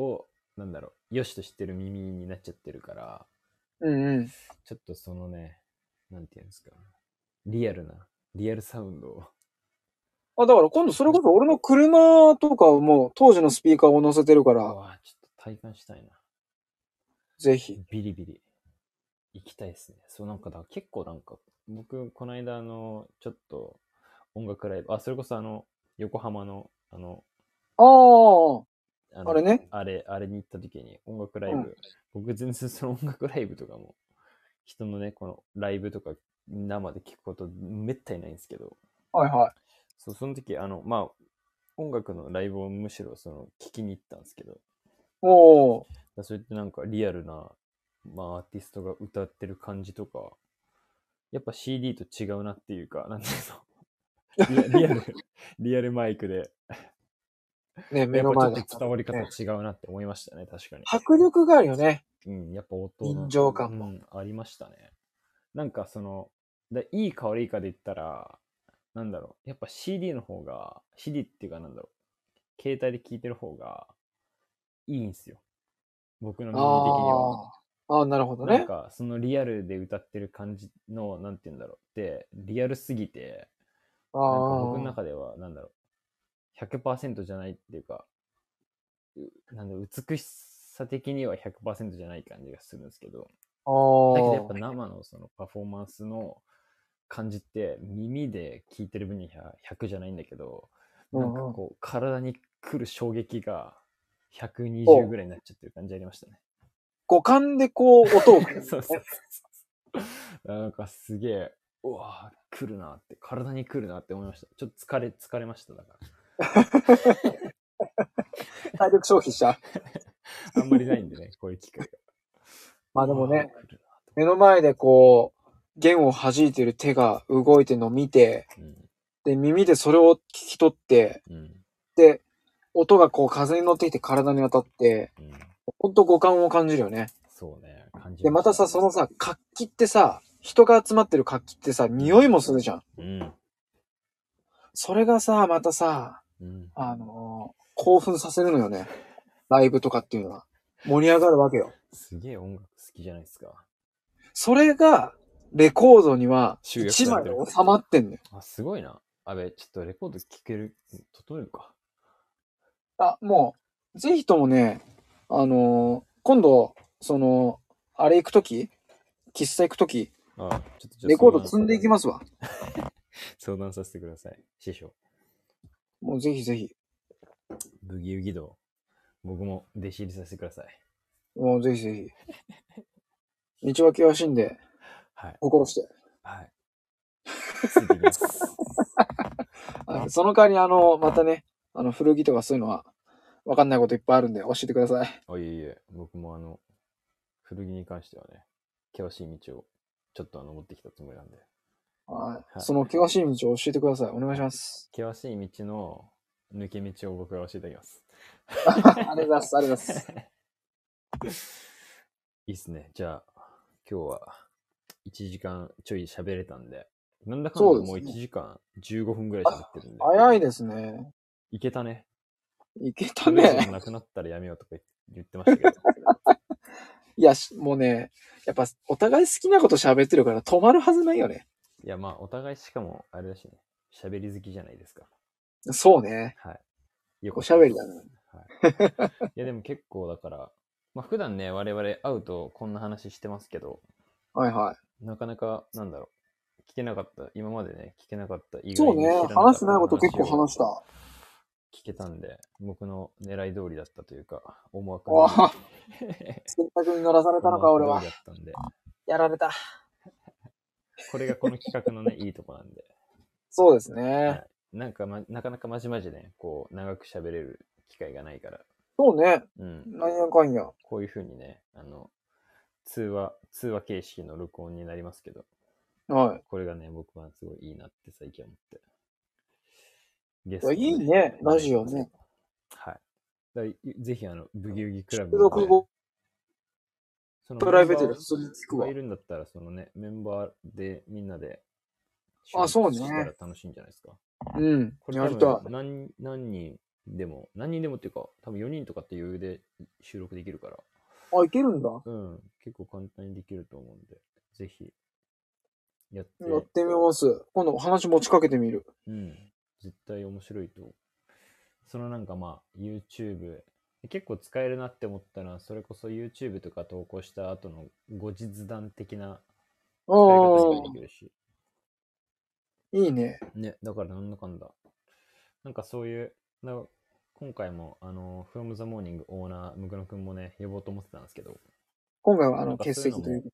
[SPEAKER 1] を、なんだろう、よしと知ってる耳になっちゃってるから、
[SPEAKER 2] うんうん。
[SPEAKER 1] ちょっとそのね、なんていうんですか、リアルな、リアルサウンドを。
[SPEAKER 2] あ、だから今度それこそ俺の車とかも当時のスピーカーを乗せてるか
[SPEAKER 1] う
[SPEAKER 2] ら、
[SPEAKER 1] わちょっと体感したいな。
[SPEAKER 2] ぜひ。
[SPEAKER 1] ビリビリ。行きたいですね。そう、なんかだ、結構なんか、僕、この間、あの、ちょっと、音楽ライブ、あ、それこそあの、横浜の、あの、
[SPEAKER 2] ああ、
[SPEAKER 1] あの
[SPEAKER 2] あれね。
[SPEAKER 1] あれ、あれに行った時に音楽ライブ、
[SPEAKER 2] うん
[SPEAKER 1] 僕全然その音楽ライブとかも、人のね、このライブとか生で聞くことめったにないんですけど、
[SPEAKER 2] はいはい。
[SPEAKER 1] そうその時、あの、まあ、音楽のライブをむしろその聞きに行ったんですけど、だか
[SPEAKER 2] おー
[SPEAKER 1] らそれってなんかリアルな、まあ、アーティストが歌ってる感じとか、やっぱ CD と違うなっていうか、なんていうのリアリア ル、リアルマイクで、
[SPEAKER 2] ね、目
[SPEAKER 1] やっ
[SPEAKER 2] の
[SPEAKER 1] ぱ
[SPEAKER 2] 前
[SPEAKER 1] ちょ
[SPEAKER 2] で
[SPEAKER 1] っ。と伝わり方
[SPEAKER 2] ね
[SPEAKER 1] 違うなって思いましたね、確かに。
[SPEAKER 2] 迫力があるよね。
[SPEAKER 1] うん、やっぱ音の
[SPEAKER 2] 臨場感も
[SPEAKER 1] うんありましたね。なんかその、だいいか悪いかで言ったら、なんだろう、やっぱ CD の方が、CD っていうかなんだろう、携帯で聴いてる方がいいんすよ。僕の
[SPEAKER 2] あ
[SPEAKER 1] 耳的には。
[SPEAKER 2] あ。ああ、なるほど
[SPEAKER 1] なん
[SPEAKER 2] ね。
[SPEAKER 1] かそのリアルで歌ってる感じの、なんて言うんだろう、で、リアルすぎて、
[SPEAKER 2] あ
[SPEAKER 1] なんか
[SPEAKER 2] あ。
[SPEAKER 1] 僕の中では、なんだろう、100%じゃないっていうか、うなんだろう美しさ的には100%じゃない感じがするんですけど、
[SPEAKER 2] あ
[SPEAKER 1] だけどやっぱ
[SPEAKER 2] ー
[SPEAKER 1] 生のそのパフォーマンスの感じって耳で聞いてる分には100じゃないんだけど、なんかこう体に来る衝撃が120ぐらいになっちゃってる感じありました ね。
[SPEAKER 2] 五感でこう 音を感じ
[SPEAKER 1] そうそうそうそう。なんかすげえ、うわぁ、来るなって、体に来るなって思いました。ちょっと疲れ、疲れました、だか
[SPEAKER 2] 体力消費しちゃう。
[SPEAKER 1] ら。あんまりないんで ね、こういう機会が。
[SPEAKER 2] まあでもね
[SPEAKER 1] うわぁ来るなと
[SPEAKER 2] 目の前でこう、弦を弾いてる手が動いてるのを見て、で、耳でそれを聞き取って、
[SPEAKER 1] うん、うん、
[SPEAKER 2] で、音がこう風に乗ってきて体に当たって、
[SPEAKER 1] うん。
[SPEAKER 2] ほんと五感を感じるよね。
[SPEAKER 1] そうね、感じ
[SPEAKER 2] で、またさ、そのさ、活気ってさ、人が集まってる活気ってさ、匂いもするじゃん。
[SPEAKER 1] うん、
[SPEAKER 2] それがさ、またさ、
[SPEAKER 1] うん。
[SPEAKER 2] あのー興奮させるのよね。ライブとかっていうのは。盛り上がるわけよ。
[SPEAKER 1] すげえ音楽好きじゃないですか。
[SPEAKER 2] それが、レコードには、
[SPEAKER 1] 集約
[SPEAKER 2] 一
[SPEAKER 1] さ
[SPEAKER 2] 枚
[SPEAKER 1] れて
[SPEAKER 2] で
[SPEAKER 1] る
[SPEAKER 2] 収まってんのよ。
[SPEAKER 1] あ、すごいな。あべ、ちょっとレコード聴ける、整えるか。
[SPEAKER 2] あ、もう、ぜひともね、あのー今度、その、あれ行くとき、喫茶行くとき、
[SPEAKER 1] あちょっとじゃあ
[SPEAKER 2] レコード積んでいき
[SPEAKER 1] ま
[SPEAKER 2] ますわ。
[SPEAKER 1] す。相談させてください。師匠。
[SPEAKER 2] もうぜひぜひ、
[SPEAKER 1] ブギウギ道。僕も弟子入りさせてください。
[SPEAKER 2] もうぜひぜ ひ。道は険しいんで、
[SPEAKER 1] はい。
[SPEAKER 2] 心して。
[SPEAKER 1] はい。ついていきます。
[SPEAKER 2] あその代わりに、あの、またね、あの、古着とかそういうのは、わかんないこといっぱいあるんで、教えてください。
[SPEAKER 1] あ、いえいえ、僕もあの、古着に関してはね、険しい道をちょっとあの、持ってきたつもりなんで。
[SPEAKER 2] はい。
[SPEAKER 1] い
[SPEAKER 2] その険しい道を教えてください。お願い します。
[SPEAKER 1] 険しい道の抜け道を僕が教えていただきます。
[SPEAKER 2] ありがとうございます。ありがとうございます。
[SPEAKER 1] いいっすね。じゃあ、今日は1時間ちょい喋れたんで、なんだかんだ
[SPEAKER 2] そうです
[SPEAKER 1] もう
[SPEAKER 2] ね
[SPEAKER 1] 1時間15分ぐらい喋ってるんで。
[SPEAKER 2] 早いですね。
[SPEAKER 1] いけたね。
[SPEAKER 2] いけた
[SPEAKER 1] これ以
[SPEAKER 2] ね。
[SPEAKER 1] 上なくなったらやめようとか言ってましたけ ど。
[SPEAKER 2] いや、しもうね、やっぱ、お互い好きなこと喋ってるから止まるはずないよね。
[SPEAKER 1] いや、まあ、お互いしかも、あれだしね、喋り好きじゃないですか。
[SPEAKER 2] そうね。
[SPEAKER 1] はい。よ
[SPEAKER 2] おしゃべりだね。
[SPEAKER 1] ははい。いや、でも結構だから、まあ、普段ね、我々会うとこんな話してますけど、
[SPEAKER 2] はいはい。
[SPEAKER 1] なかなか、なんだろう、聞けなかった、今までね、聞けなかった、意
[SPEAKER 2] そう
[SPEAKER 1] に
[SPEAKER 2] ね
[SPEAKER 1] 知らな。かった
[SPEAKER 2] 話してないこと結構話し
[SPEAKER 1] を
[SPEAKER 2] た。
[SPEAKER 1] 聞けたんで、僕の狙い通りだったというか、 思惑
[SPEAKER 2] わあ
[SPEAKER 1] 通、
[SPEAKER 2] 選択に乗らされ
[SPEAKER 1] り
[SPEAKER 2] たのか、俺は
[SPEAKER 1] だ。ったんで、
[SPEAKER 2] やられた。
[SPEAKER 1] これがこの企画のね、 いいとこなんで、
[SPEAKER 2] そうです
[SPEAKER 1] は
[SPEAKER 2] ね。
[SPEAKER 1] いなんか、ま、なかなかまじまじね、こう、長く喋れる機会がないから、
[SPEAKER 2] そうね。
[SPEAKER 1] うん。
[SPEAKER 2] なんやかんや。
[SPEAKER 1] こういうふうにね、あの、通話、通話形式の録音になりますけど、
[SPEAKER 2] は
[SPEAKER 1] これがね、僕はすごいいいなって最近思って。ゲ
[SPEAKER 2] いやいいねラジオね。
[SPEAKER 1] はい。だいぜひ、あの、ブギウギクラ
[SPEAKER 2] い。
[SPEAKER 1] ブ
[SPEAKER 2] 収
[SPEAKER 1] のね、
[SPEAKER 2] 録後、
[SPEAKER 1] その
[SPEAKER 2] プライベートで普
[SPEAKER 1] メン
[SPEAKER 2] 通に聞く
[SPEAKER 1] バー
[SPEAKER 2] わ
[SPEAKER 1] がい。るんだったら、そのね、メンバーでみんなで、
[SPEAKER 2] あそうね
[SPEAKER 1] 収録したら楽しいんじゃないですか。
[SPEAKER 2] うん。
[SPEAKER 1] これ
[SPEAKER 2] や
[SPEAKER 1] 多
[SPEAKER 2] りた
[SPEAKER 1] 分何、何人でも、何人でもっていうか、多分4人とかって余裕で収録できるから、
[SPEAKER 2] い。あ、いけるんだ。
[SPEAKER 1] うん、結構簡単にできると思うんで、ぜひ、やって、
[SPEAKER 2] やってみます。今度話持ちかけてみる。
[SPEAKER 1] うん、絶対面白いと。そのなんかまあ、YouTube、結構使えるなって思ったのは、それこそ YouTube とか投稿した後の後日談的な
[SPEAKER 2] あ
[SPEAKER 1] 使い
[SPEAKER 2] あ
[SPEAKER 1] 方にもできるし、
[SPEAKER 2] いいね。
[SPEAKER 1] ね、だからなんだかんだ。なんかそういう、な今回も、あの、From the Morning オーナー、ムクノ君もね、呼ぼうと思ってたんですけど、
[SPEAKER 2] 今回は、あ
[SPEAKER 1] な
[SPEAKER 2] の、
[SPEAKER 1] んか
[SPEAKER 2] 欠席というか。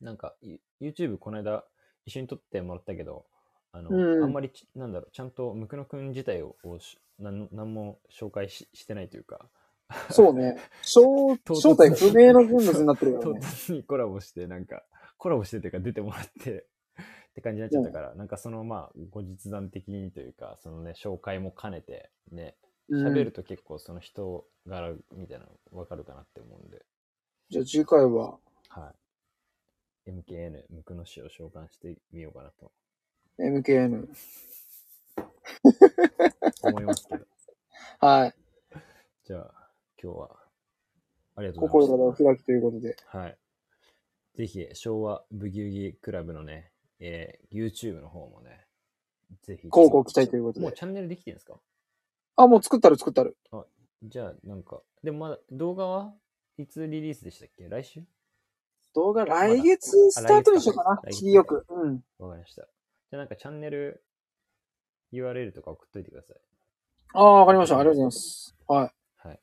[SPEAKER 1] なんか、ユ YouTube この間一緒に撮ってもらったけど、あの、
[SPEAKER 2] うん
[SPEAKER 1] あんまりち、なんだろう、ちゃんと、ムクノ君自体ををしなん、なんも紹介ししてないというか、
[SPEAKER 2] そうね。 正
[SPEAKER 1] 唐突
[SPEAKER 2] 正体不明の人物になってるから
[SPEAKER 1] 唐
[SPEAKER 2] ね。
[SPEAKER 1] 突にコラボして、なんか、コラボしてというか出てもらって、って感じになっちゃったから、なんかその、まあ、後日談的にというか、そのね、紹介も兼ねて、ね、
[SPEAKER 2] うん
[SPEAKER 1] 喋ると結構その人柄みたいなの分かるかなって思うんで、
[SPEAKER 2] じゃあ次回は、
[SPEAKER 1] はい。MKN、ムクノ氏を召喚してみようかなと
[SPEAKER 2] MKN。
[SPEAKER 1] 思いますけど。
[SPEAKER 2] はい。
[SPEAKER 1] じゃあ、今日は、ありがとうご
[SPEAKER 2] 心
[SPEAKER 1] ざ
[SPEAKER 2] か
[SPEAKER 1] い
[SPEAKER 2] ら
[SPEAKER 1] ま
[SPEAKER 2] お
[SPEAKER 1] す。
[SPEAKER 2] 開きということで。
[SPEAKER 1] はい。ぜひ、昭和ブギウギクラブのね、えー YouTube の方もね、ぜひ。
[SPEAKER 2] 広告期待ということ
[SPEAKER 1] もう
[SPEAKER 2] で。
[SPEAKER 1] チャンネルできてるんですか
[SPEAKER 2] あ、もう作ったる作ったる。
[SPEAKER 1] じゃあ、なんか、でもまだ動画はいつリリースでしたっけ来週
[SPEAKER 2] 動画
[SPEAKER 1] だ
[SPEAKER 2] 来月スタートにしようかな
[SPEAKER 1] 来。月
[SPEAKER 2] 切りよく。うん。
[SPEAKER 1] わかりました。じゃあ、なんかチャンネル URL とか送っといてください。
[SPEAKER 2] ああ、わかりました。ありがとうございます。はい。あり
[SPEAKER 1] はい。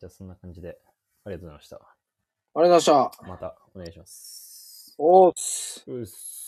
[SPEAKER 1] じゃあ、そんな感じで、ありがとうございました。
[SPEAKER 2] がとうございました。
[SPEAKER 1] またお願いします。
[SPEAKER 2] おーっす。
[SPEAKER 1] うっす。